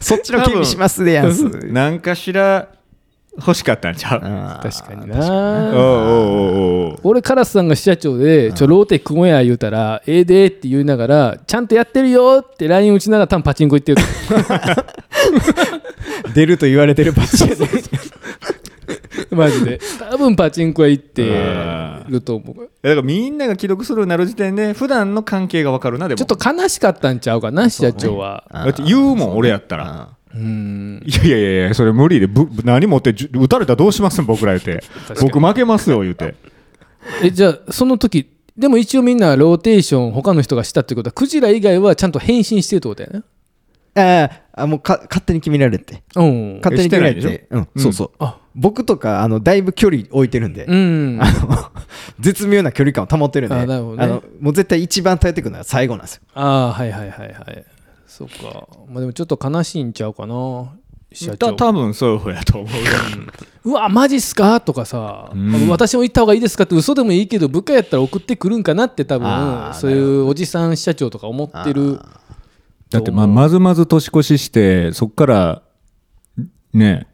Speaker 1: そっちの気にしますでやんす
Speaker 5: なんかしら欲しかったんちゃう
Speaker 2: 確
Speaker 5: お
Speaker 2: かに
Speaker 5: う
Speaker 2: な。
Speaker 5: おうおうおう
Speaker 2: 俺、カラスさんが支社長で、ちょ、ローテ組もうや言うたら、ええでって言いながら、ちゃんとやってるよって LINE 打ちながら、多分パチンコ行ってる。
Speaker 1: 出ると言われてるパチンコ
Speaker 2: マジで。多分パチンコ屋行って
Speaker 5: うん
Speaker 2: ると思う。
Speaker 5: だからみんなが既読するようになる時点で、普段の関係が分かるな、でも。
Speaker 2: ちょっと悲しかったんちゃうかな、支社長は。
Speaker 5: だって言うもん、俺やったら。
Speaker 2: うん。
Speaker 5: いやいやいやいや、それ無理で、ぶ何持って、じゅ撃たれたらどうしますん、僕ら言って。僕負けますよ、言うて。
Speaker 2: えじゃあその時でも一応みんなローテーション他の人がしたってことはクジラ以外はちゃんと返信してるってことやね
Speaker 1: あーあもうか勝手に決められて
Speaker 2: うん
Speaker 1: 勝手に決めら
Speaker 5: し
Speaker 1: れ
Speaker 5: てない
Speaker 1: てうんそうそう
Speaker 2: あ
Speaker 1: 僕とかあのだいぶ距離置いてるんで
Speaker 2: うん
Speaker 1: あの (laughs) 絶妙な距離感を保ってるんで
Speaker 2: あ
Speaker 1: あ
Speaker 2: なるほどね
Speaker 1: のもう絶対一番頼ってくるのは最後なんですよ
Speaker 2: ああはいはいはいはいそっかまあでもちょっと悲しいんちゃうかな社
Speaker 5: た
Speaker 2: 長
Speaker 5: 多分そうやと思う。
Speaker 2: うわマジっすかとかさ、私も行った方がいいですかって嘘でもいいけど部下やったら送ってくるんかなって多
Speaker 1: あ
Speaker 2: 分
Speaker 1: ー
Speaker 2: そういうおじさん社長とか思ってる
Speaker 3: だってまあまずまず年越ししてそっからね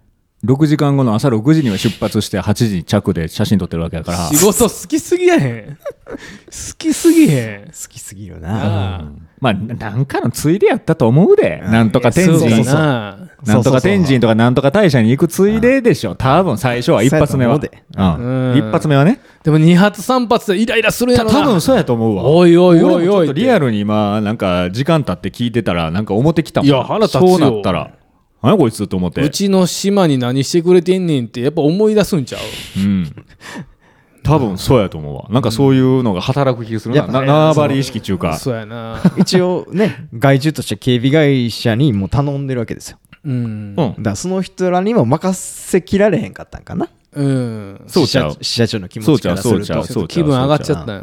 Speaker 3: 6時間後の朝6時には出発して8時に着で写真撮ってるわけだから
Speaker 2: 仕事好きすぎやへん (laughs) 好きすぎへん
Speaker 1: 好きすぎる
Speaker 2: あ
Speaker 1: な
Speaker 2: あ
Speaker 3: まあなんかのついでやったと思うでなんとか天
Speaker 2: そう
Speaker 3: 神
Speaker 2: かな
Speaker 3: なんとか天神とかなんとか大社に行くついででしょ多分最初は一発目は
Speaker 1: そうやと
Speaker 2: 思うで
Speaker 3: うん
Speaker 2: うん
Speaker 3: 一発目はね
Speaker 2: でも2発3発でイライラするや
Speaker 3: た
Speaker 2: ろな
Speaker 3: 多分そうやと思うわ
Speaker 2: おいおいお
Speaker 3: 俺
Speaker 2: い
Speaker 3: もち
Speaker 2: お
Speaker 3: ょっ
Speaker 2: い
Speaker 3: とリアルに今なんか時間経って聞いてたらなんか思ってきたもん
Speaker 2: いや腹立つよ
Speaker 3: そうなったら何やこいつと思って
Speaker 2: うちの島に何してくれてんねんってやっぱ思い出すんちゃう
Speaker 3: うん多分そうやと思うわなんかそういうのが働く気がするな,、
Speaker 1: やっぱ
Speaker 3: な縄張り意識中か
Speaker 2: そうやな
Speaker 1: 一応ね外注として警備会社にもう頼んでるわけですよ
Speaker 2: (laughs) うん
Speaker 3: う
Speaker 1: だか
Speaker 3: ん
Speaker 1: らその人らにも任せきられへんかったんかな
Speaker 2: うん
Speaker 3: そうちゃう
Speaker 1: 支社支社長の気持ちからす
Speaker 3: そう
Speaker 1: る
Speaker 3: ちゃう
Speaker 1: と
Speaker 3: そうち
Speaker 2: 気
Speaker 3: ゃう
Speaker 2: 分上がっちゃったよ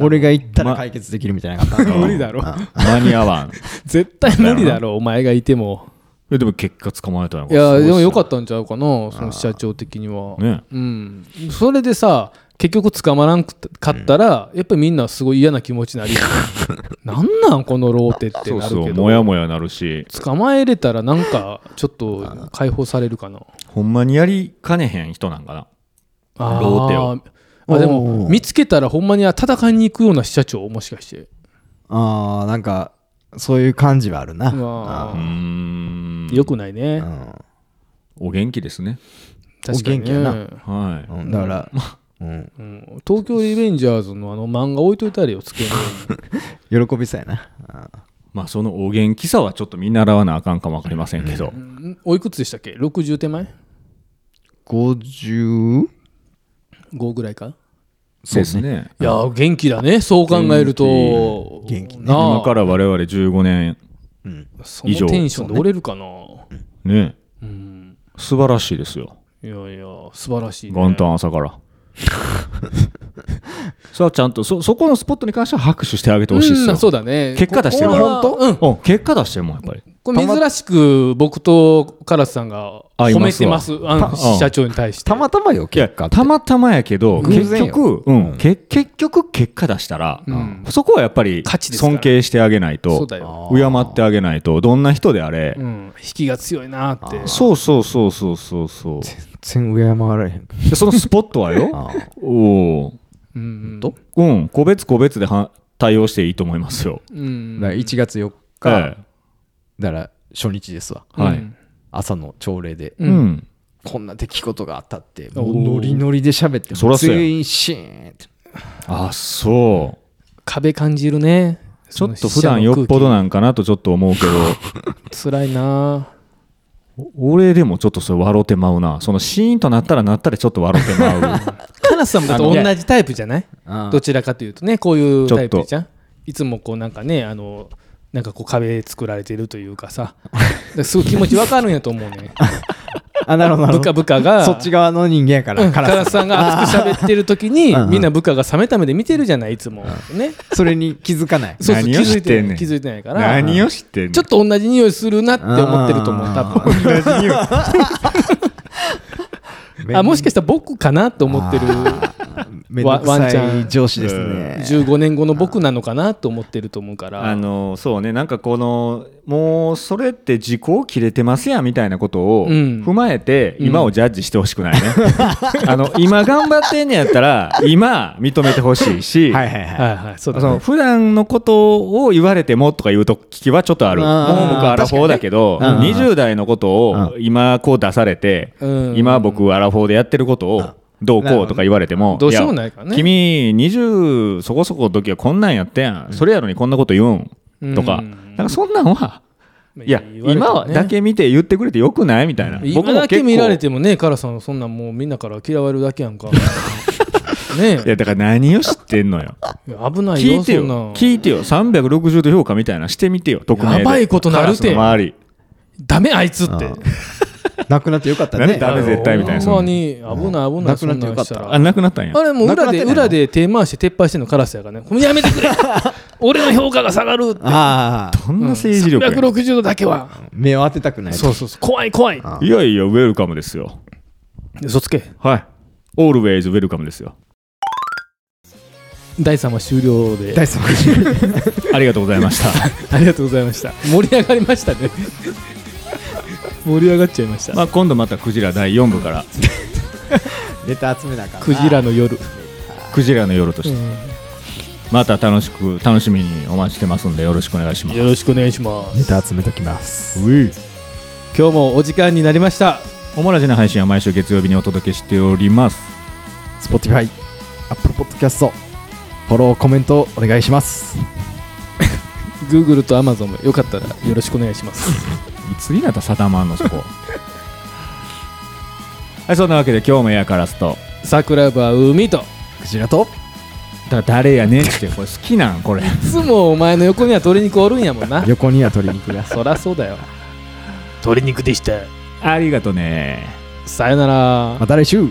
Speaker 1: 俺が行ったら解決できるみたいな感
Speaker 3: (laughs)
Speaker 1: じ
Speaker 2: (laughs) 無理だろ
Speaker 3: 間に合わ (laughs) んい
Speaker 2: 絶対無理だろお前がいても
Speaker 3: やでも結果捕まえたの
Speaker 2: いやでもよか
Speaker 3: っ
Speaker 2: ったんちゃうかなその社長的には
Speaker 3: ね
Speaker 2: うんそれでさ結局捕まらんかったらやっぱりみんなすごい嫌な気持ち (laughs) になりなんなんこのローテって
Speaker 3: そう
Speaker 2: なる
Speaker 3: そう
Speaker 2: け
Speaker 3: も
Speaker 2: ど
Speaker 3: やもやなるし
Speaker 2: 捕まえれたらなんかちょっと解放されるかな
Speaker 3: ほんまにやりかねへん人なんかな
Speaker 2: あ
Speaker 3: ローテを
Speaker 2: あで
Speaker 1: お
Speaker 2: も
Speaker 1: ー
Speaker 2: 見つけたらほんまに戦いに行くような支社長もしかして
Speaker 1: ああなんかそういう感じはあるなあ
Speaker 2: うわ
Speaker 3: うーん
Speaker 2: よくないね
Speaker 3: お元気ですね
Speaker 2: 確かに
Speaker 1: お元気やな
Speaker 2: ね
Speaker 3: は
Speaker 1: ーうんだから、うん、
Speaker 2: うん東京リベンジャーズのあの漫画置いといたりよ机の上に
Speaker 1: 喜びさやなあー
Speaker 3: いまあそのお元気さはちょっと見習わなあかんかもわかりませんけど
Speaker 2: ん (laughs) おいくつでしたっけ60手前
Speaker 1: 50
Speaker 2: 5ぐらいか
Speaker 3: ですね
Speaker 2: いやー元気だねそう考えると
Speaker 1: 元気ね
Speaker 2: なあ
Speaker 3: 今から我々15年
Speaker 2: そのテンションで折れるかな、
Speaker 3: ね
Speaker 2: うん
Speaker 3: 素晴らしいですよ
Speaker 2: いやいや素晴らしい、ね、
Speaker 3: 元旦朝から (laughs) それはちゃんとそそこのスポットに関しては拍手してあげてほしいです
Speaker 2: う
Speaker 3: よ
Speaker 2: んそうだね
Speaker 3: 結果出してる
Speaker 2: こ
Speaker 3: から
Speaker 2: れはうん
Speaker 3: うん結果出してるもんやっぱり
Speaker 2: これ珍しく僕とカラスさんが
Speaker 3: 合い
Speaker 2: 褒
Speaker 3: ま
Speaker 2: め
Speaker 3: す
Speaker 2: て
Speaker 3: わ
Speaker 2: ますあの
Speaker 3: うん
Speaker 2: 社長に対して
Speaker 1: たまたまよ
Speaker 3: いや
Speaker 1: 結果って
Speaker 3: たまたまやけど
Speaker 1: 偶
Speaker 3: 結
Speaker 1: 然よ
Speaker 3: 局、うん、け結局結果出したら、
Speaker 2: うん
Speaker 3: そこはやっぱり
Speaker 2: 価値ですから
Speaker 3: 尊敬してあげない
Speaker 2: そ
Speaker 3: と
Speaker 2: うだよ、
Speaker 3: 敬ってあげないとどんな人であれ、
Speaker 2: うん、引きが強いなって
Speaker 3: そうそうそうそうそうそう
Speaker 1: 全然敬われへん
Speaker 3: でそのスポットはよ (laughs)
Speaker 1: あー
Speaker 3: おー
Speaker 2: うん
Speaker 1: と
Speaker 3: うん個別個別では対応していいと思いますよ、
Speaker 2: うん
Speaker 1: だから1月4日、
Speaker 3: はい
Speaker 1: だから初日ですわ
Speaker 2: うん
Speaker 3: はい
Speaker 1: 朝の朝礼で、
Speaker 3: うん、
Speaker 1: こんな出来事があったって
Speaker 2: おー
Speaker 1: もうノリノリで喋って
Speaker 3: そらそうや
Speaker 1: 全員シーンって
Speaker 3: あそう
Speaker 2: 壁感じるね
Speaker 3: ちょっと普段よっぽどなんかなとちょっと思うけど、
Speaker 2: つらいな
Speaker 3: お (laughs) 俺でもちょっとそれ笑うてまうな。そのシーンとなったらなったでちょっと笑うてまう。
Speaker 2: カラスさんもだと同じタイプじゃない
Speaker 1: あー
Speaker 2: どちらかというとねこういうタイ
Speaker 3: ちょ
Speaker 2: プ
Speaker 3: っと
Speaker 2: じゃんいつもこうなんかねあのなんかこう壁作られてるというかさだからすごい気持ちわかるんやと思うね
Speaker 1: あなるほどなる
Speaker 2: 部
Speaker 1: ほ
Speaker 2: 下
Speaker 1: ど
Speaker 2: 部下が
Speaker 1: そっち側の人間やから、
Speaker 2: うん
Speaker 1: カ
Speaker 2: カ
Speaker 1: ラス
Speaker 2: ラスさんが熱く喋ってる時に
Speaker 1: うんうん
Speaker 2: みんな部下が冷めた目で見てるじゃないいつもね
Speaker 1: それに気づかない
Speaker 2: そうそう気
Speaker 6: 何を
Speaker 2: づ
Speaker 6: 知
Speaker 2: い
Speaker 6: っててん
Speaker 2: な
Speaker 6: ね
Speaker 2: い
Speaker 6: ん
Speaker 2: 気づいてないから
Speaker 6: 何を知ってんの
Speaker 2: ちょっと同じ匂いするなって思ってると思う多分
Speaker 6: 同じ匂い
Speaker 2: あもしかしたら僕かなって思ってる
Speaker 1: めんどく
Speaker 2: ワンち
Speaker 1: さ
Speaker 2: ゃ
Speaker 1: い
Speaker 2: ん
Speaker 1: 上司ですね
Speaker 2: 15年後の僕なのかなと思ってると思うから
Speaker 3: あのそうねなんかこのもうそれって時効切れてますやんみたいなことを
Speaker 2: うん
Speaker 3: 踏まえて、
Speaker 2: うん
Speaker 3: 今をジャッジしてほしくないねあの今頑張ってんねやったら今認めてほしいし
Speaker 1: はいはいはい
Speaker 2: はいはいそう
Speaker 3: そ
Speaker 2: だね
Speaker 3: の普段のことを言われてもとか言うと聞きはちょっとある
Speaker 1: あ
Speaker 3: もう
Speaker 1: ー
Speaker 3: 僕はアラフォーだけど、
Speaker 1: 確かにね
Speaker 3: 20代のことを今こう出されて、
Speaker 2: うん
Speaker 3: 今僕アラフォーでやってることをどうこうとか言われても
Speaker 2: どうしようもないからね
Speaker 3: や君20そこそこの時はこんなんやったやんそれやのにこんなこと言うんとか,、
Speaker 2: うん
Speaker 3: なんかそんなんは。いや、
Speaker 2: 言われてもね
Speaker 3: 今はだけ見て言ってくれてよくないみたいな。
Speaker 2: 今だけ
Speaker 3: 結構
Speaker 2: 見られてもねカラさんそんなんもうみんなから嫌われるだけやん
Speaker 3: (laughs)
Speaker 2: かね
Speaker 3: いや、だから何を知ってんのよ。
Speaker 2: え危ないよ
Speaker 3: 聞いて
Speaker 2: そ
Speaker 3: よ
Speaker 2: んなん
Speaker 3: 聞いてよ360度評価みたいなしてみてよ匿名で
Speaker 2: やばいことなるて
Speaker 3: カラスの周り
Speaker 2: ダメあいつって
Speaker 1: なくなってよかった
Speaker 3: なんで
Speaker 1: ね
Speaker 3: ダメ絶対みたいな
Speaker 2: ほんまに危ない危ない
Speaker 1: な
Speaker 2: そ
Speaker 1: く
Speaker 2: ん
Speaker 1: な
Speaker 2: な
Speaker 1: ってよか
Speaker 2: ん
Speaker 1: っ
Speaker 2: したたら
Speaker 3: あなくなったんや
Speaker 2: あれもう裏で
Speaker 1: なくなってないの
Speaker 2: 裏で手回して撤廃してんのカラスやからねこれやめて
Speaker 3: (laughs)
Speaker 2: くれ俺の評価が下がるって
Speaker 1: ああ
Speaker 3: こんな政治力や、
Speaker 2: 360度だけは
Speaker 1: 目を当てたくない
Speaker 2: そうそうそう怖い怖い
Speaker 1: あ
Speaker 3: いやいやウェルカムですよ
Speaker 2: 嘘つけ
Speaker 3: はいオールウェイズウェルカムですよ
Speaker 2: 第3話終了で
Speaker 1: 大好き
Speaker 3: ありがとうございまし
Speaker 2: (laughs)
Speaker 3: た
Speaker 2: ありがとうございました盛り上がりましたね盛り上がっちゃいました
Speaker 3: まあ今度またクジラ第4部から
Speaker 1: ネタ集めなあかんな
Speaker 2: クジラの夜
Speaker 3: クジラの夜としてまた楽しく楽しみにお待ちしてますんでよろしくお願いします
Speaker 2: よろしくお願いします
Speaker 1: ネタ集めときます
Speaker 2: 今日もお時間になりました
Speaker 3: おもらじの配信は毎週月曜日にお届けしております
Speaker 1: Spotify アップルポッドキャストフォローコメントお願いします
Speaker 2: Google と Amazon もよかったらよろしくお願いします (laughs)
Speaker 3: 次なったら定まんのそこはいそんなわけで今日もエアカラスと
Speaker 2: 桜庭海と
Speaker 1: クジラと
Speaker 3: だ誰やねんってこれ好きなんこれ (laughs)
Speaker 2: いつもお前の横には鶏肉おるんやもんな
Speaker 1: 横には鶏肉が
Speaker 2: そらそうだよ鶏肉でした
Speaker 3: ありがとね
Speaker 2: さよなら
Speaker 1: また来週